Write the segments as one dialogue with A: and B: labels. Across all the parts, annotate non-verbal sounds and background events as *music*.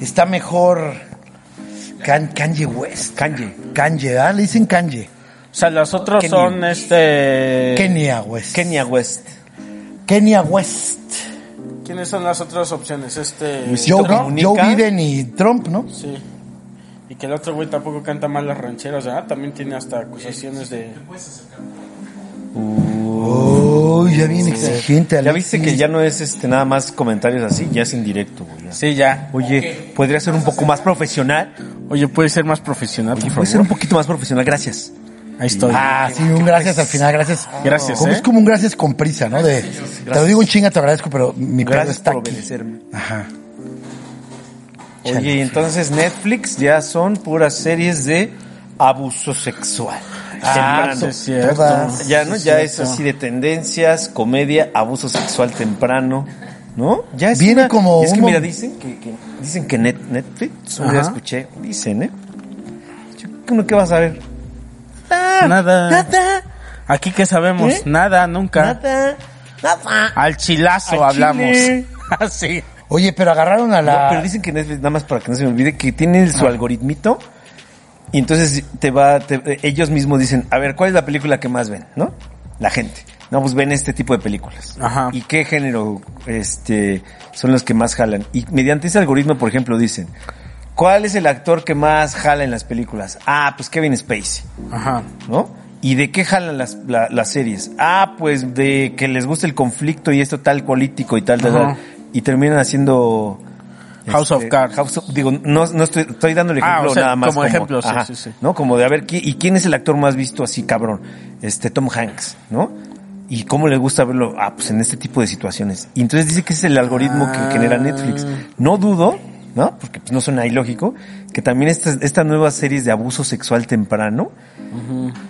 A: Está mejor Kan- Kanye West.
B: Kanye.
A: Kanye, ¿ah? Le dicen Kanye.
B: O sea, los otros
A: Kenia.
B: son
A: Eh,
C: Eh,
B: este.
A: Kenya West.
B: Kenia West.
A: Kenya West.
B: ¿Quiénes son las otras opciones? Este.
A: Joe,
B: Luisito Comunica.
A: Joe Biden y Trump, ¿no?
B: Sí. Y que el otro güey tampoco canta mal las rancheras, ¿verdad? También tiene hasta acusaciones de.
A: Oh, ya bien exigente.
C: Ya
A: Alexis.
C: viste que ya no es este nada más comentarios así, ya es indirecto, güey. ya.
B: Sí, ya.
C: Oye, ¿podría ser un poco más profesional?
B: Oye, puede ser más profesional, por
C: Puede ser
B: favor.
C: un poquito más profesional, gracias.
B: Ahí estoy.
A: Ah, sí, un gracias al final, gracias.
C: Ah,
B: Gracias,
A: Como
B: ¿eh?
A: es como un gracias con prisa, ¿no? De, te lo digo un chinga, te agradezco, pero mi perro
C: Gracias
A: está
C: por
A: aquí.
C: obedecerme.
A: Ajá.
C: Oye, y entonces Netflix ya son puras series de abuso sexual.
B: Ah, sí,
C: Temprano.
B: es cierto.
A: Todas.
C: Ya, ¿no?
B: Sí,
C: Ya es
B: cierto.
C: así de tendencias, comedia, abuso sexual temprano, ¿no? Ya es
A: Viene
C: una-
A: como
C: y Es que
A: un
C: mira,
A: mom-
C: dicen que, que- dicen que Net- Netflix, un
B: Ajá.
C: día escuché, dicen, ¿eh? Yo- ¿Uno qué vas a ver?
B: Nada.
C: Nada,
B: Aquí que sabemos,
C: ¿Eh?
B: nada, nunca.
C: nada, nada.
B: Al chilazo
C: Al
B: hablamos.
C: chile.
B: Así.
A: Oye, pero agarraron a la.
C: No, pero dicen que Netflix, nada más para que no se me olvide, que tienen su algoritmito y entonces te va, te- ellos mismos dicen, a ver, ¿cuál es la película que más ven? ¿No? La gente. No, pues ven este tipo de películas.
B: Ajá.
C: ¿Y qué género este, son los que más jalan? Y mediante ese algoritmo, por ejemplo, dicen, ¿cuál es el actor que más jala en las películas? Ah, pues Kevin Spacey.
B: Ajá.
C: ¿no? ¿Y de qué jalan las, la- las series? Ah, pues de que les gusta el conflicto y esto tal político y tal, tal,
B: Ajá.
C: tal. Y terminan haciendo... este,
B: House of Cards.
C: House of- digo, no, no estoy, estoy dando el
B: Ah,
C: ejemplo
B: o sea,
C: nada más.
B: como ejemplo, sí, sí, sí.
C: ¿No? Como de, a ver, ¿qui- ¿y quién es el actor más visto así, cabrón? Este, Tom Hanks, ¿no? ¿Y cómo le gusta verlo? Ah, pues en este tipo de situaciones. Y entonces dice que ese es el algoritmo
B: Ah.
C: que genera Netflix. No dudo, ¿no? Porque pues, no suena ilógico, que también estas, estas nuevas series de abuso sexual temprano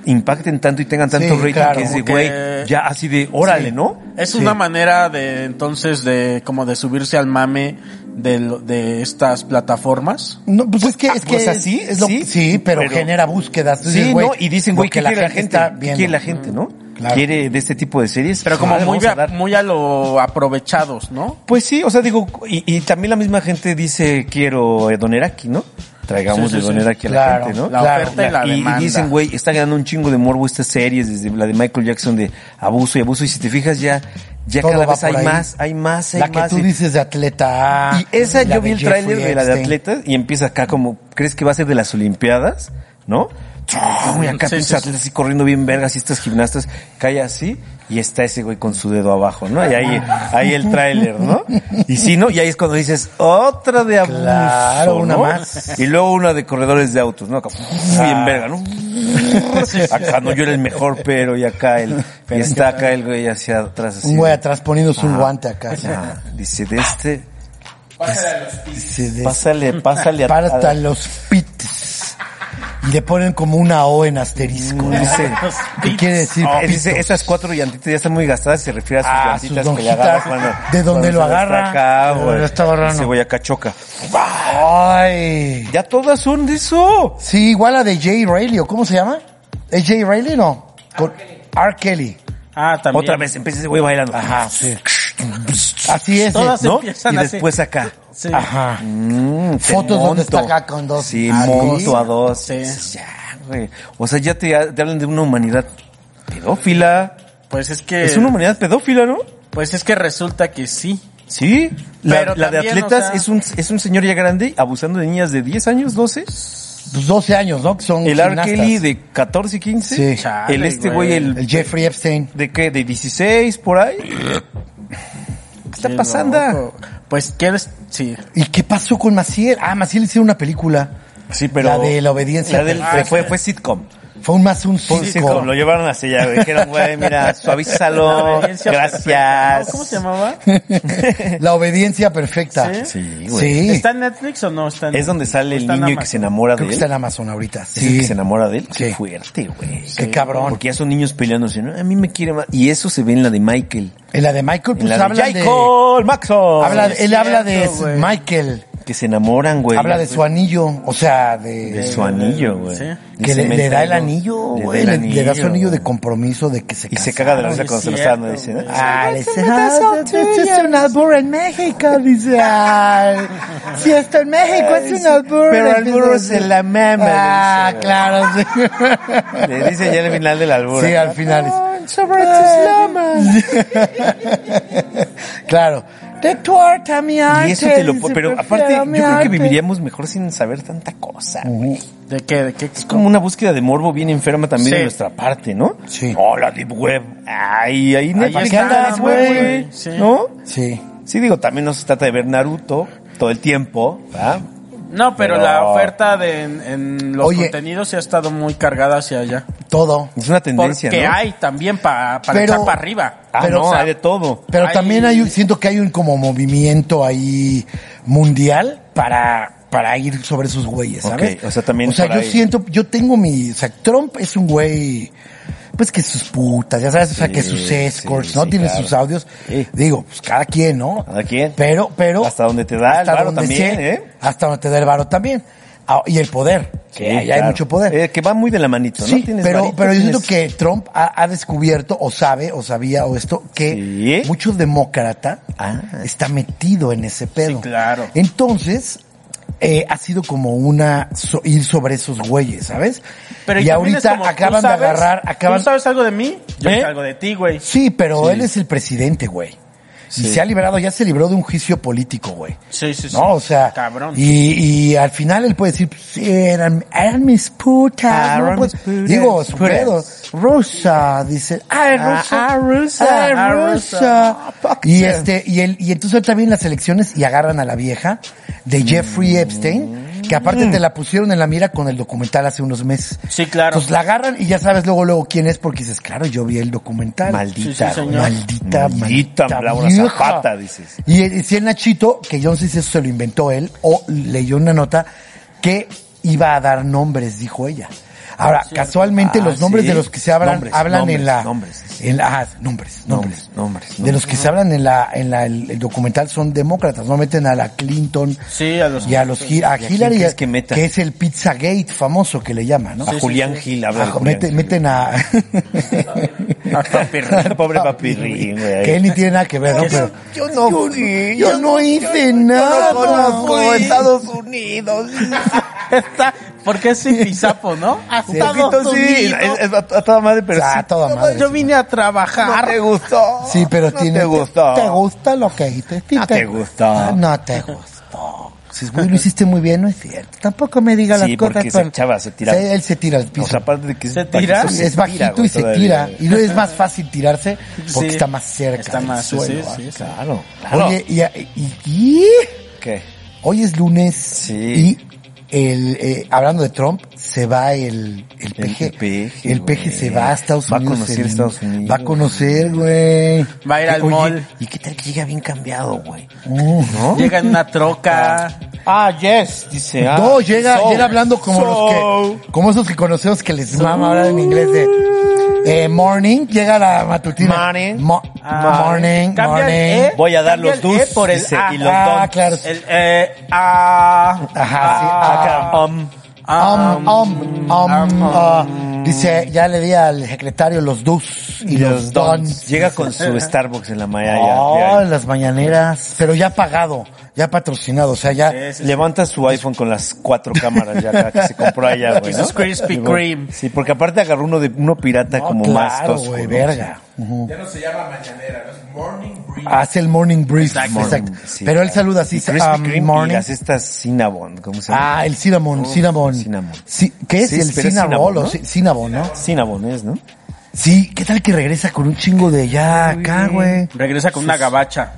C: impacten tanto y tengan tanto
A: Sí,
C: rating
A: claro,
C: que es de,
B: como
C: güey,
B: que-
C: ya así de, órale, ¿no?
B: Es
A: Sí.
B: una manera de entonces de como de subirse al mame de, lo- de estas plataformas.
A: No, pues es que es que
C: pues así,
A: es lo-
C: sí,
A: pero,
C: pero-
A: genera búsquedas. Tú dices,
C: sí,
A: güey,
C: ¿no? Y dicen,
A: lo
C: güey, ¿qué
A: la
C: quiere la gente? Mm,
A: está
C: ¿Qué
A: viendo.
C: quiere la gente, no?
A: claro.
C: Quiere de este tipo de series.
B: Pero como
C: Ah, le
B: muy,
C: vamos a
B: a-
C: dar.
B: muy a lo aprovechados, ¿no?
C: Pues sí, o sea, digo, y, y también la misma gente dice, quiero eh, Doneraki, ¿no? Traigamos
B: Sí, sí,
C: de Doneraki a
A: Claro,
C: la gente, ¿no?
B: La
A: Claro,
B: oferta y la
C: y, y
B: demanda.
C: dicen, güey, está ganando un chingo de morbo estas series, desde la de Michael Jackson de abuso y abuso, y si te fijas ya, ya
A: Todo
C: cada
A: va
C: vez
A: por
C: hay
A: ahí.
C: más, hay más, hay
A: La que
C: más.
A: tú
C: y-
A: dices de atleta. ah,
C: y esa
A: la
C: yo vi
A: de
C: el tráiler
A: Jeffrey
C: de la de
A: Epstein.
C: atletas y empieza acá como, ¿crees que va a ser de las Olimpiadas? ¿No? Y acá
B: Sí,
C: pinches
B: sí, sí.
C: atletas así corriendo bien vergas y estas gimnastas cae así y está ese güey con su dedo abajo, ¿no? Y ahí, ahí el tráiler, ¿no? Y si no, y ahí es cuando dices, otra de abuso,
A: Claro, una
C: ¿no?
A: más.
C: Y luego una de corredores de autos, ¿no? Acá, bien verga, ¿no? Acá no, yo era el mejor, pero y acá el, y está acá el güey hacia atrás así.
A: Un güey atrás poniéndose un
C: Ajá.
A: guante acá.
C: *laughs* Ah, dice, de este,
A: Dice, de- *laughs*
C: pásale, pásale a-
A: para
C: a-
A: hasta los pites. Y le ponen como una O en asterisco.
C: Mm, *laughs*
A: Dice,
C: sí.
A: ¿qué quiere decir?
C: Ah,
A: pitos?
C: dice, esas cuatro llantitas ya están muy gastadas, se refiere a sus
A: Ah,
C: llantitas
A: sus
C: que le
A: lonjitas.
C: agarra cuando...
A: ¿De dónde
C: cuando
A: lo
C: se las
A: agarra?
C: saca,
A: ¿De dónde
C: güey.
A: lo está agarrando?
C: Ese güey acá choca.
A: Ay.
C: Ya todas son de eso.
A: Sí, igual la de Jay Rayleigh, ¿o ¿cómo se llama? ¿Es Jay Rayleigh? No. Con R. Kelly.
B: Ah, también.
C: Otra vez, empieza ese güey bailando.
A: Ajá, sí. Así es.
B: Todas
A: ¿no?
B: empiezan
C: y
B: así.
C: después acá.
B: Sí.
A: Ajá.
C: Mm, te
A: Fotos donde está acá con dos.
C: Sí,
A: Ah,
C: monto a dos.
B: Sí.
C: Ya, güey. O sea, ya te, te hablan de una humanidad pedófila.
B: Pues es que
C: Es una humanidad pedófila, ¿no?
B: pues es que resulta que sí.
C: Sí, la,
B: Pero
C: la de
B: también,
C: atletas
B: o sea-
C: es, un, es un señor ya grande abusando de niñas de 10 años, 12.
A: Pues 12 años, ¿no? Que son
C: El R.
A: gimnastas.
C: Kelly de 14, 15.
A: Sí.
B: Chale,
C: el este
B: güey.
C: güey, el
A: El Jeffrey Epstein.
C: de qué, de 16 por ahí. ¿Qué está
B: Qué
C: pasando?
B: loco. Pues quieres sí.
A: ¿Y qué pasó con Maciel? Ah, Maciel hicieron una película.
C: Sí,
A: La de la obediencia
C: La del-
B: Ah,
A: perfecta.
C: fue, fue sitcom.
A: Fue un más un
C: Fue un circo,
A: circo.
C: Lo llevaron hacia allá. güey. Dijeron,
B: *laughs*
C: güey, mira, suavízalo.
B: Obediencia perfecta.
C: Gracias.
B: No, ¿Cómo se llamaba?
A: La obediencia perfecta.
B: ¿Sí?
C: Sí, güey.
A: Sí.
B: ¿Está en Netflix o no? Está en-
C: Es donde sale el
B: o Pues está en
C: niño que
B: Amazon?
C: se enamora de
A: Creo
C: él.
A: que está en Amazon ahorita.
C: Es el
A: Sí.
C: que se enamora de él. Qué
A: Sí.
C: fuerte, güey.
A: Qué cabrón.
C: Porque ya son niños peleándose. ¿no? A mí me quiere más. Y eso se ve en la de Michael.
A: En la de Michael,
C: En
A: pues
C: la de
A: habla de...
C: Michael Maxon.
A: habla- él
B: Sí, es
A: habla de
B: cierto, güey.
A: Michael.
C: Que se enamoran, güey.
A: habla de su anillo. O sea, de...
C: De su anillo, güey.
B: Sí.
C: Y
A: que
C: se
A: le,
C: me
A: le da el
C: salió-
A: anillo,
C: le da
A: güey.
C: el
A: Le, le da su anillo de
C: güey.
A: compromiso de que se
C: Y se
A: casaron.
C: caga de la risa
B: Ay,
C: cuando se lo
B: es
C: están
B: cierto,
C: diciendo.
B: güey.
A: Ah, le dice,
C: "Ah,
A: ah, este es un albur en México, dice, ay, si está en México es un albur.
C: Pero
A: el
C: albur se la mama,
A: Ah,
C: dice.
A: claro, sí.
C: Le dice ya al final del albur.
A: Sí,
C: ¿no?
A: al final es-
C: "Ah, Sobre tus lomas. *laughs*
A: claro. De tuerta, mi arte.
C: Y eso te lo...
A: dice,
C: po- Pero
A: "Prefiero
C: aparte, yo
A: mi
C: creo que
A: arte".
C: viviríamos mejor sin saber tanta cosa, güey.
B: ¿De qué? ¿De qué?
C: Es como una búsqueda de morbo bien enferma también
B: Sí.
C: de nuestra parte, ¿no?
A: Sí.
C: Oh, la Deep Web. Ay, ahí Netflix
B: está,
C: andas, güey.
B: güey. Sí.
C: ¿No?
A: Sí.
C: Sí, digo, también no se trata de ver Naruto todo el tiempo, ¿verdad?
B: No, pero,
C: Pero-
B: la oferta de, en, en los
A: Oye.
B: contenidos se ha estado muy cargada hacia allá.
A: Todo.
C: Es una tendencia,
B: Porque
C: ¿no?
B: hay también pa- para
A: Pero-
B: echar para arriba.
C: Ah,
A: pero,
C: no,
A: o sea,
C: hay de todo.
A: Pero
B: Hay-
A: también hay, un- siento que hay un como movimiento ahí mundial para, para ir sobre esos güeyes, ¿sabes?
C: Ok, o sea, también
A: O sea,
C: por
A: yo
C: ahí.
A: siento, yo tengo mi, o sea, Trump es un güey, pues que sus putas, ya sabes, o sea, que
C: Sí,
A: sus
C: sí,
A: escorts, ¿no?
C: sí,
A: Tiene
C: claro.
A: sus audios.
C: Sí.
A: Digo, pues cada quien, ¿no?
C: Cada quien.
A: Pero, pero.
C: Hasta donde te da el varo también, ¿eh?
A: Hasta donde te da el varo también. Ah, y el poder. que ahí
C: claro.
A: hay mucho poder.
C: Eh, que va muy de la manito,
A: Sí,
C: ¿no? Tienes
A: pero,
C: varito,
A: pero yo
C: tienes-
A: siento que Trump ha, ha descubierto o sabe o sabía o esto que
C: Sí.
A: mucho demócrata
C: Ah.
A: está metido en ese pedo.
B: claro.
A: Entonces, eh, ha sido como una so- ir sobre esos güeyes, ¿sabes?
B: Pero
A: y
B: también es
A: ahorita
B: como, ¿tú
A: acaban
B: sabes?
A: de agarrar, acaban.
B: ¿Tú sabes algo de mí? Yo
C: ¿Eh?
B: sé algo de ti, güey.
A: Sí, pero él es el presidente, güey. Y se ha liberado, ya se libró de un juicio político, güey.
B: Sí, sí, sí.
A: No, o sea,
B: Cabrón.
A: Y, y al final él puede decir, pues, sí, eran, eran mis putas.
C: Eran
A: no, pues,
C: mis putas.
A: digo, su
C: Putas.
A: pedo. Rusa, dice. Ay,
C: Ah,
A: rusa.
C: ah, rusa,
A: ay,
B: ah, rusa.
A: rusa.
C: Ah, fuck
A: Y
C: yeah.
A: este, y él, y entonces él también las elecciones y agarran a la vieja de Jeffrey Epstein, que aparte
C: Mm.
A: te la pusieron en la mira con el documental hace unos meses.
B: Sí, claro.
A: Entonces la agarran y ya sabes luego, luego quién es porque dices, claro, yo vi el documental.
C: Maldita,
B: Sí, sí,
C: güey.
B: señor.
A: Maldita,
C: Maldita
A: maldita,
C: Laura
A: vieja.
C: Zapata, dices.
A: Y eh, decía el Nachito, que yo no sé si eso se lo inventó él o leyó una nota, que iba a dar nombres, dijo ella. Ahora, casualmente,
C: Ah,
A: los nombres
C: sí.
A: de los que se hablan,
C: Nombres,
A: hablan
C: nombres,
A: en la...
C: nombres.
A: En la- ah, nombres, nombres.
C: Nombres, nombres,
A: De los que se hablan en la, en la, el, el documental son demócratas, no meten a la Clinton
B: Sí, a los...
A: y a los Hi- a
C: ¿Y a quién
A: Hillary,
C: crees que meta?
A: es el Pizzagate famoso que le llaman, ¿no?
C: A Julián Gil, habla de
A: Ah,
C: Julián
A: mete- *laughs*
C: Gil.
A: meten a...
C: *laughs*
B: a Papirrín.
C: Pobre papirrín, güey.
A: que él ni tiene nada que ver, ¿no? Pero,
C: Yo no fui.
A: yo no hice nada, güey.
C: Estados Unidos.
B: *laughs* Está... Porque es zipizapo, ¿no? A
C: *laughs* Un poquito sí. Es, es a, a toda madre, pero
A: O sea,
C: sí.
A: a toda
C: No,
A: madre,
C: Yo
A: sí.
C: vine a trabajar. No te gustó.
A: Sí, pero
C: no
A: tiene.
C: te gustó.
A: ¿Te gusta lo que hiciste? Sí,
C: No te gustó.
A: Ah, No te gustó. Si güey, lo hiciste muy bien, no es cierto. Tampoco me diga
C: Sí,
A: las cosas.
C: porque se
A: pero-
C: echaba, se tiraba.
A: Sí, él se tira al
C: O
A: piso.
C: sea, aparte de que
B: ¿Se
C: es
B: tira?
C: bajito, se
A: es bajito
C: güey,
A: y se
C: todavía.
A: tira. Y no es más fácil tirarse porque
B: Sí.
A: está más cerca.
B: Está
A: del
B: más, sí,
A: suelo,
B: sí,
A: ah,
B: sí, sí.
A: claro.
C: Claro, claro.
A: Oye, y, y- y-
C: ¿Qué?
A: hoy es lunes.
C: Sí.
A: Y el, eh, hablando de Trump, se va el, el peje.
C: peje,
A: el peje
C: güey.
A: se va a Estados
C: Va a
A: Unidos.
C: conocer
A: en-
C: Estados Unidos.
A: Va a conocer, güey.
B: Va a ir al
C: Oye,
B: mall.
C: ¿y qué tal que llega bien cambiado, güey?
A: Uh.
C: ¿No?
B: Llega en
A: *laughs*
B: una troca.
C: Ah, yes, dice. ah,
A: No, llega,
C: so,
A: llega hablando como
C: so.
A: los que, como esos que conocemos que les mama hablar en inglés de eh, morning, llega la matutina.
C: Morning.
A: Mo-
B: Ah,
A: morning,
B: cambia el
A: morning.
B: E.
C: Voy a dar
B: Cambia
C: los
B: el E
C: dus
B: por el
C: dice,
B: A.
C: y los
A: Ah,
C: dons.
A: claro.
B: El, eh, ah,
A: Ajá, sí,
B: ah,
C: Acá, um,
B: ah,
A: Um, um, um, ah, dice, ya le di al secretario los dus y los, dons.
C: Llega con su Starbucks en la mañana.
A: Oh, las mañaneras. Pero ya pagado, ya patrocinado, o sea, ya.
B: Sí, sí, sí.
C: Levanta su iPhone con las cuatro cámaras ya acá que se compró allá, güey.
B: Y
C: ¿no?
B: sus Krispy Kreme.
C: Sí, porque aparte agarró uno de uno pirata
A: No,
C: como más
A: Oh, claro,
C: tosco.
A: güey,
C: ¿no?
A: verga.
D: Ya no se llama mañanera, ¿no? es morning breeze.
A: Hace el morning breeze. Exacto.
C: Morning, sí,
A: Pero él
C: claro.
A: saluda así,
C: Y Krispy
A: um,
C: Kreme
A: morning.
C: y las estas Cinnabon, ¿cómo se llama?
A: Ah, el cinnamon, cinnamon.
C: cinnamon.
A: Sí, ¿Qué es
C: Sí,
A: el
C: pero es
A: cinnamon?
C: cinnamon, ¿no?
A: o ci- Cinnamon, ¿no?
C: Cinnabon es, ¿no?
A: Sí, ¿qué tal que regresa con un chingo de ya acá, güey?
B: Regresa con una gabacha.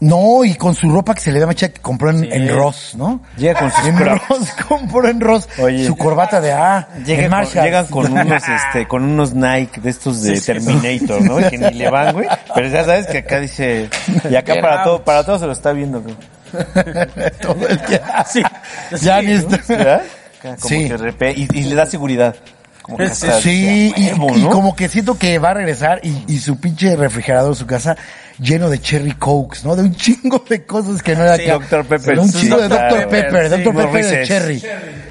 A: No, y con su ropa que se le ve más chica que compró en, en Ross, ¿no?
C: Llega con sus
A: En
C: cra-
A: Ross, *laughs* compró en Ross
C: Oye.
A: su corbata de A,
C: Llega
A: en
C: con-
A: Marshalls. *laughs*
C: llegan con unos este con unos Nike de estos de Terminator, ¿no? Que ni le van, güey. Pero ya sabes que acá dice y acá para todo para todo se lo está viendo, güey.
A: *laughs* todo el día.
B: Sí.
A: Ya ni está-
C: ¿Verdad? Acá Como
A: Sí. Eh,
C: que repe- y, y le da seguridad. Como que
B: Sí,
C: hasta-
A: Sí, y,
C: huevo,
A: y
C: ¿no?
A: como que siento que va a regresar y, y su pinche refrigerador, su casa, lleno de cherry cokes, ¿no? De un chingo de cosas que no era
C: Sí,
A: acá.
C: Dr. Pepper.
A: Pero un
C: Sus
A: chingo de
C: Dr.
A: Dr. Pepper,
C: Pepper, sí,
A: Dr.
C: los
A: Pepper de
C: Reese's.
A: cherry.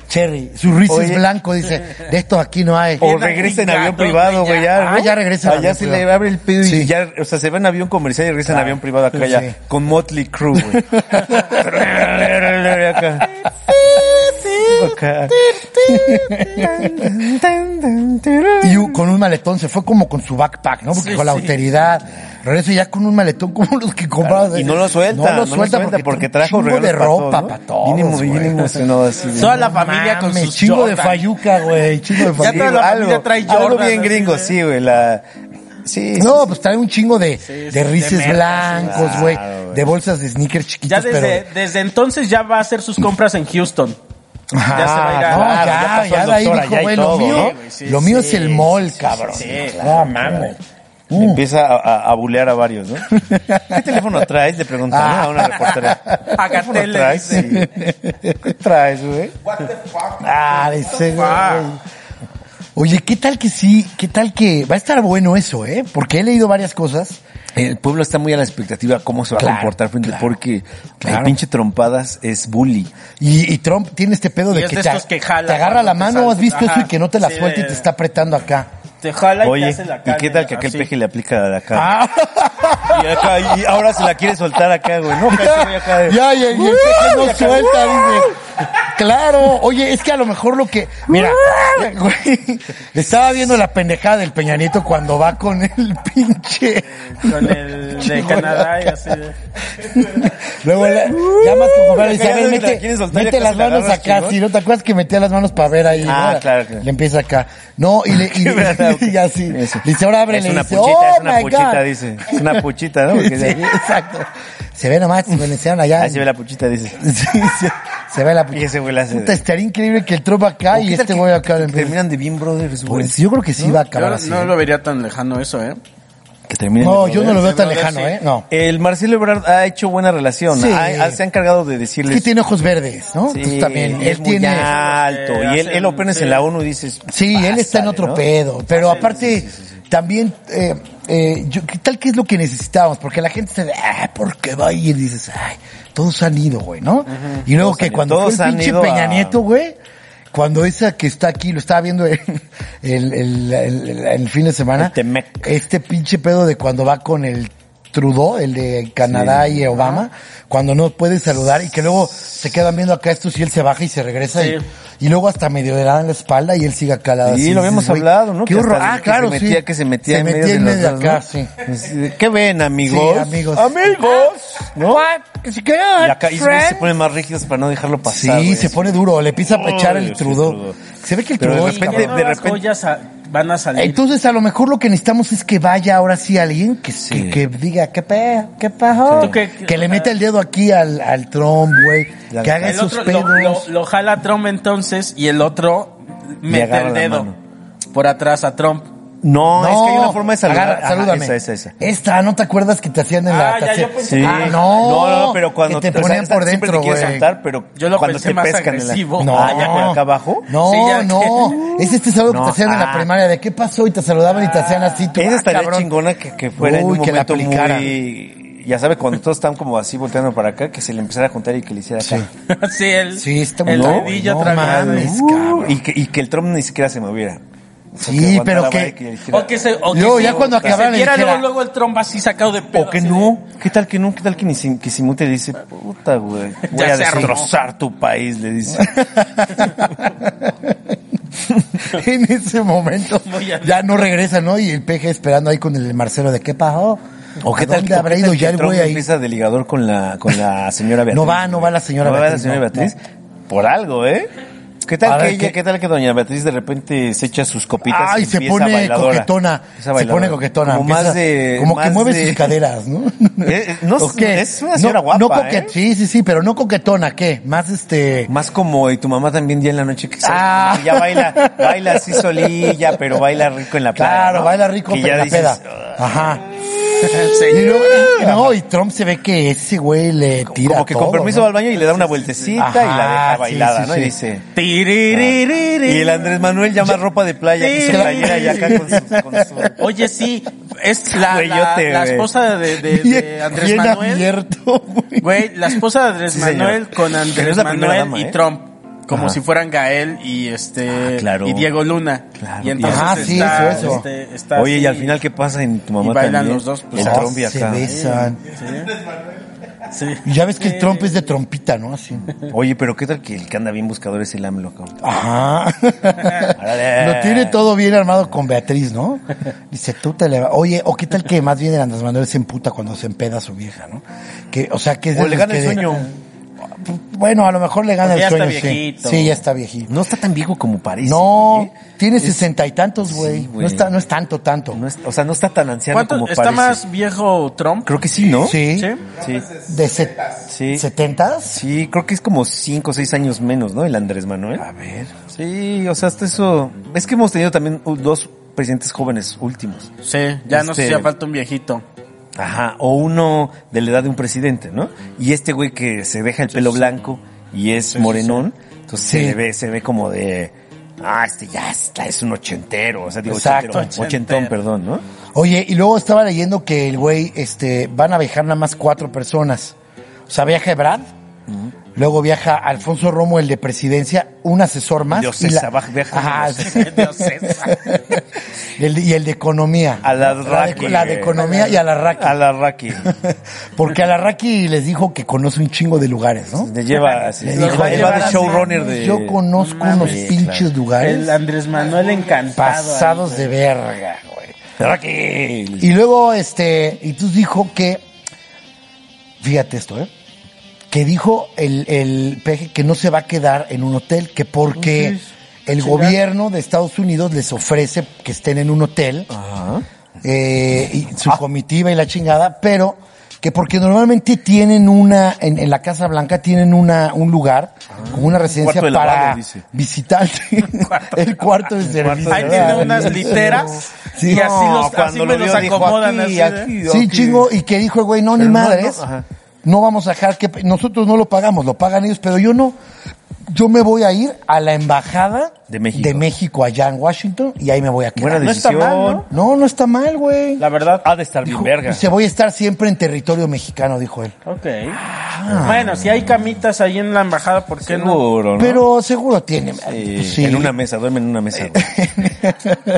A: Cherry. Su Reese's
C: Oye.
A: blanco dice, de estos aquí no hay.
C: O regresa en avión privado, güey. Ya,
A: Ah, ya regresa en
C: Allá
A: avión
C: se
A: privado.
C: le abre el pedo y
A: Sí. Ah, pues
C: ya, o sea, se va en avión comercial y regresa en avión privado acá
A: Sí.
C: ya. Con Motley Crue,
A: *laughs*
C: güey. acá. Acá.
A: Y u- con un maletón, se fue como con su backpack, ¿no? Porque con la austeridad. Regresa ya con un maletón como los que compraba.
C: Y no lo suelta,
A: No lo suelta porque,
C: trajo
A: un chingo
C: regalos
A: de
C: para
A: ropa
C: todos, ¿no?
A: para todos.
C: Viene emo-
A: güey.
C: viene emocionado así.
B: Toda la familia con
A: Mames,
B: sus
A: chingo de
B: Jordan.
A: fayuca, güey, chingo de
B: *laughs* Ya
A: fayuca. Ah,
B: toda la familia trae
C: Algo
B: Jordan,
C: bien
B: así,
C: gringo,
B: ¿eh?
C: sí, güey. La... Sí, sí,
A: No, pues trae un chingo de,
B: sí,
A: de
B: de
A: rices
B: merca,
A: blancos,
C: sí.
A: güey,
C: Claro, güey.
A: de bolsas de sneakers chiquitas,
B: Ya desde,
A: pero...
B: desde entonces ya va a hacer sus compras en Houston.
A: Ajá,
B: ya se va a ir a-
A: Ah, no,
C: ya
B: claro,
A: ya,
C: pasó
A: ya,
C: al
A: de ahí
C: doctor,
A: dijo,
C: allá y
A: güey, lo
C: todo,
A: mío,
C: ¿no?
B: güey, sí,
A: lo mío
B: sí,
A: es el mall,
B: sí, sí,
A: cabrón.
B: sí,
A: no, mames.
C: Le Empieza a, a- a bulear a varios, ¿no? Uh. *laughs* ¿Qué teléfono traes? Le preguntan ¿no? a una reportera. *laughs* ¿Qué teléfono
B: Pagatel, le
C: traes?
B: dice.
C: Sí. ¿Qué traes, güey?
D: What the fuck?
A: Ah, de ese, güey. Oye, ¿qué tal que sí? ¿Qué tal que...? Va a estar bueno eso, ¿eh? Porque he leído varias cosas.
C: El pueblo está muy a la expectativa de cómo se va
A: Claro,
C: a comportar frente
A: claro,
C: porque
A: claro.
C: el pinche trompadas es bully.
A: Y, y Trump tiene este pedo de
B: Y es
A: que,
B: de
A: te,
B: estos que jala
A: te agarra
B: cuando
A: la
B: te
A: mano,
B: sales,
A: has visto
B: ajá,
A: eso y que no te la
B: sí,
A: suelta y
B: de-
A: te está apretando acá.
B: Te jala y te
C: Oye,
B: hace la
C: ¿y
B: cara.
C: qué tal que aquel peje le aplica de acá?
A: Ah,
C: Y acá, y ahora se la quiere soltar acá, güey. No, acá, güey, acá. *laughs* de-
A: ya, ya, y el peje no suelta, dice. Claro, oye, es que a lo mejor lo que, mira, *laughs* güey, estaba viendo la pendejada del Peñanito cuando va con el *laughs* pinche.
B: Con
A: *laughs*
B: el de Canadá y así. de-
A: Luego la- llamas con Juan y
C: Ya
A: dice, a ver,
C: sabes que la
A: mete,
C: quieres soltar y
A: mete
C: acá
A: las
C: se la
A: manos
C: agarras
A: acá,
C: chingón.
A: si no te acuerdas que metía las manos para ver ahí.
C: Ah,
A: ¿no?
C: claro, claro.
A: Le empieza acá. No, y le, y,
C: *laughs* verdad,
A: *laughs* y así. Le dice, ahora ábrele.
C: Es una
A: y dice,
C: puchita,
A: oh
C: es una
A: my
C: puchita,
A: God.
C: dice. Es una
A: *laughs*
C: puchita, ¿no? *laughs* Porque
A: Sí,
C: de-
A: exacto. Se ve nomás, me enseñaron allá.
C: Ahí se ve la puchita, dice.
A: *laughs* Sí, se, se ve la
C: *laughs* Y ese güey la hace.
A: Puta, estaría increíble que el Trump acá
C: ¿O
A: y
C: qué tal
A: este
C: que-
A: güey acá.
C: que
A: en vez-
C: Terminan de bien, brothers, güey.
A: Pues yo creo que sí va a acabar
B: Yo
A: así.
B: no lo vería tan lejano eso, ¿eh?
C: Que terminen
A: No,
C: de
A: yo no lo veo
B: Sí,
A: tan
B: brother,
A: lejano,
B: sí.
A: ¿eh? No.
C: El Marcelo Ebrard ha hecho buena relación.
A: Sí.
C: Ha- ha- se ha encargado de
A: Es que
C: decirles.
A: tiene ojos verdes, ¿no?
C: Sí,
A: Entonces también,
C: y es
A: él
C: muy
A: tiene...
C: alto.
B: Eh,
C: y él,
B: hacen-
C: él apenas
B: sí.
C: en la ONU dices.
A: Sí, él está en
C: pásale,
A: otro
C: ¿no?
A: pedo. Pero aparte, también, eh, eh, yo- ¿qué tal que es lo que necesitábamos? Porque la gente se ve, ah, ¿por qué va a ir? Dices, ay, todos han ido, güey, ¿no? Y luego
C: todos
A: que
C: han ido.
A: cuando
C: Todos
A: fue el
C: han
A: pinche
C: ido a-
A: Peña Nieto, güey, cuando esa que está aquí, lo estaba viendo el, el, el, el- el fin de semana,
C: El Temec.
A: este pinche pedo de cuando va con el Trudeau, el de Canadá y Obama, cuando no puede saludar y que luego se quedan viendo acá estos y él se baja y se regresa
B: Sí.
A: y, y luego hasta medio le dan la espalda y él sigue acá la
C: Sí, lo habíamos
A: dices, güey,
C: hablado, ¿no?
A: Qué
C: Que
A: horror.
C: hasta
A: Ah,
C: que
A: claro,
C: se metía,
A: sí.
C: Que se metía
A: Se
C: en medio
A: metía
C: de
A: en
C: los
A: medio de
C: dos,
A: acá,
C: ¿no?
A: sí.
C: Así, ¿Qué ven, amigos?
A: Sí, amigos.
C: Amigos. ¿No? ah, Y acá y esos güeyes se ponen más rígidos para no dejarlo
A: Sí,
C: pasar. güey.
A: se pone duro, le empieza a pechar
C: Ay,
A: el
C: sí,
A: Trudeau.
C: Trudeau.
A: Se ve que el
C: Pero de
A: Trudeau
C: repente-
A: cabrón.
B: ¿Qué nuevas
C: repente-
B: joyas a- van a salir?
A: Entonces, a lo mejor lo que necesitamos es que vaya ahora sí alguien que, que,
C: Sí.
A: que diga, ¿qué pedo? ¿Qué pajo?
B: ¿Tú qué-
A: Que le meta el dedo aquí al, al Trump, güey.
C: Ya.
A: Que haga
B: El
A: esos
B: otro
A: pedos.
B: lo, lo- lo jala Trump entonces y el otro mete
C: agarra
B: el
C: la
B: dedo
C: mano.
B: por atrás a Trump. *laughs*
C: No, es que hay una forma de saludar.
A: agarra,
C: Ajá,
A: salúdame.
C: esa, esa, esa.
A: Esta, ¿no te acuerdas que te hacían en la
B: Ah, ya,
A: caseta?
B: yo pensé-
C: Sí.
A: Ah, no.
C: no, no, pero cuando
A: que te
C: o sea,
A: ponían por
C: siempre
A: dentro,
C: te quieres
A: güey.
C: saltar, pero
B: Yo lo
C: cuando
B: pensé
C: te
B: más
C: pescan en la-
B: agresivo.
A: No,
C: Ah, ya por acá abajo.
A: No,
B: Sí, ya-
A: no. Es este saludo que
C: No,
A: te hacían en la
C: ah.
A: primaria. ¿De qué pasó? Y te saludaban y te hacían así. tú,
C: Esa
A: ah,
C: estaría
A: cabrón.
C: chingona que, que fuera en
A: Uy,
C: un
A: que la
C: momento
A: aplicara.
C: muy... Ya sabe, cuando todos están como así volteando para acá, que se le empezara a juntar y que le hiciera acá.
B: sí, el,
A: Sí, está
B: el
A: no,
B: dedillo
A: no
B: tragado.
A: mames.
C: Uh,
A: cabrón.
C: y, que, y que el Trump ni siquiera se moviera. O sea,
A: Sí,
C: aguantara
A: pero
C: la
A: que-
C: vara y le hiciera-
B: O que se, o que
A: Yo,
B: se-
A: ya cuando
B: que
A: acabara
B: se
A: le
B: viera
A: dijera-
B: luego, luego el Trump así sacado de pedo.
C: O que
B: así
C: no, ¿qué tal que no? ¿Qué tal que ni se, que se mute y le dice, puta, güey, voy
B: *laughs* Ya
C: a
B: se armó.
C: destrozar tu país, le dice.
A: *laughs* en ese momento
B: Voy a-
A: ya no regresa, ¿no? Y el peje esperando ahí con el Marcelo de qué pasó.
C: ¿O qué tal,
A: ¿Dónde habrá
C: o qué
A: ido
C: tal Ah, que
A: ya el
C: Trump
A: güey ahí?
C: empieza de ligador
A: *laughs*
C: con la, con la señora Beatriz?
A: No va, no va la señora
C: No va la
A: Beatriz,
C: señora
A: no,
C: Beatriz. Por algo, ¿eh? ¿Qué tal
A: A
C: que
A: ver,
C: ella,
A: ¿qué?
C: qué tal que doña Beatriz de repente se echa sus copitas?
A: Ay,
C: y
A: se
C: empieza
A: pone
C: bailadora?
A: coquetona.
C: Empieza
A: Se
C: bailadora.
A: pone coquetona.
C: Como
A: empieza-
C: más de.
A: como que
C: más
A: mueve
C: de-
A: sus caderas, ¿no?
C: *laughs* Eh, no es-
A: ¿O qué?
C: es una señora guapa,
A: No coquet-
C: ¿eh?
A: Sí, sí, sí, pero no coquetona, ¿qué? Más este.
C: Más como, y tu mamá también día en la noche que se-
A: Ah.
C: que ya baila, baila así solilla, pero baila rico en la playa.
A: Claro,
C: ¿no?
A: baila rico,
C: Que
A: pero
C: ya
A: la
C: dices, "Ah,
A: peda. Ajá. Y luego- y- no, y Trump se ve que ese güey le tira.
C: Como que
A: todo,
C: con permiso
A: ¿no?
C: va al baño y le da una vueltecita
A: Ajá,
C: y la deja
A: sí, sí,
C: bailada, ¿no?
A: sí.
C: Y dice. Y el Andrés Manuel llama ropa de playa, que es
B: Sí.
C: playera y acá con su, con su-
B: Oye, sí, es la, la,
C: Güeyote,
B: la
C: güey.
B: esposa de, de-
A: Bien-
B: de Andrés
A: bien
B: Manuel.
A: abierto, güey.
B: Güey, la esposa de Andrés
C: Sí, señor.
B: Manuel con
C: Pero es
B: Andrés
C: la primera
B: Manuel
C: dama,
B: y
C: ¿eh?
B: Trump. Como
C: Ajá.
B: si fueran Gael y este
C: Ah, claro.
B: y Diego Luna.
C: Claro.
B: Y entonces
A: Ah, sí,
B: está,
A: eso, eso.
B: este, está
C: Oye, y al
B: así.
C: final, ¿qué pasa en tu mamá
B: Y bailan
C: también?
B: los dos, pues,
C: el
A: Ah,
C: Trump y
A: se
C: acá.
A: besan.
B: Sí.
A: Y ya ves que el
B: Eh.
A: Trump es de trompita, ¿no? Así.
C: Oye, pero ¿qué tal que el que anda bien buscador es el AMLO? cabrón?
A: Ajá.
C: Órale.
A: Lo tiene todo bien armado con Beatriz, ¿no? Dice, tú te le va- Oye, o qué tal que más bien el Andrés Manuel se emputa cuando se empeda a su vieja, ¿no? Que, o sea, que es de
C: O le
A: los
C: gana
A: que
C: el
A: de- Pues,
C: sueño.
A: Bueno, a lo mejor le gana
B: Porque
A: el
B: ya está
A: sueño, sí.
B: viejito.
A: Sí, ya está viejito.
C: No está tan viejo como parece.
A: No,
C: güey.
A: tiene sesenta y tantos, güey.
C: güey.
A: no, está, no es tanto, tanto.
C: No es- o sea, no está tan anciano
B: ¿Cuánto
C: como
B: está
C: parece.
B: más viejo Trump?
C: Creo que sí, ¿no?
A: Sí.
B: Sí.
C: Sí.
A: ¿De se-
C: Sí.
A: setentas?
C: Sí, creo que es como 5 o 6 años menos, ¿no? El Andrés Manuel.
B: Ah,
C: A ver.
B: pues.
C: Sí, o sea, hasta eso. Es que hemos tenido también u- dos presidentes jóvenes últimos.
B: Sí, ya no sé si
C: Este-
B: ya falta un viejito.
C: Ajá, o uno de la edad de un presidente, ¿no? Y este güey que se deja el pelo blanco y es morenón, entonces se
A: Sí.
C: le ve, se ve como de. Ah, este ya está, es un ochentero, o sea, digo,
A: Exacto,
C: ochentero, ochentón,
B: ochentero.
C: perdón, ¿no?
A: Oye, y luego estaba leyendo que el güey, este, van a viajar nada más cuatro personas. O sea, viaja Brad, luego viaja Alfonso Romo, el de presidencia, un asesor más.
C: Dios César, va- viaja
A: Ajá,
C: *laughs* Dios
A: sí. *laughs* Y el de- y el de economía.
C: A la Raki.
A: de, la de economía y a la Raki.
C: A la Raki.
A: Porque a la Raki les dijo que conoce un chingo de lugares, ¿no?
C: Le lleva así.
A: Le
C: Él
A: dijo,
C: va, él va de showrunner de. Ah,
A: Yo conozco
B: Mames.
A: unos
C: Sí,
A: pinches lugares
B: El Andrés Manuel encantado.
A: pasados de verga, güey.
C: Raki.
A: Y luego, este, y tú dijo que, fíjate esto, ¿eh? Que dijo el, el peje que no se va a quedar en un hotel, que porque el gobierno de Estados Unidos les ofrece que estén en un hotel,
C: Ajá.
A: eh, y su comitiva y la chingada, pero que porque normalmente tienen una, en, en la Casa Blanca tienen una, un lugar, como una residencia
C: cuarto de
A: para
C: lavado, dice.
A: visitar *laughs* el cuarto de servicio.
B: Ahí tiene
A: ¿verdad?
B: unas literas y así,
C: No,
B: los, así
C: cuando
B: me
C: lo
B: los
C: vio dijo,
B: acomodan.
C: aquí,
B: así de-
C: aquí,
A: Sí,
C: aquí.
A: chingo, y que dijo el güey, no, ni
C: Pero no,
A: madres,
C: no,
A: no,
C: ajá.
A: vamos a dejar que, nosotros no lo pagamos, lo pagan ellos, pero yo no, yo me voy a ir a la embajada
C: De México.
A: allá en Washington y ahí me voy a quedar.
C: Buena
B: No está
C: decisión.
B: mal, ¿no?
A: no, no está mal, güey.
B: La verdad.
C: Ha de estar bien
A: Dijo,
C: verga.
A: dice, voy a estar siempre en territorio mexicano, dijo él.
B: Ok. Bueno, si hay camitas ahí en la embajada, ¿por qué no?
C: Seguro, ¿no?
A: Pero seguro tiene.
C: Sí,
A: pues sí.
C: Eh, En una mesa, duermen en una mesa. güey.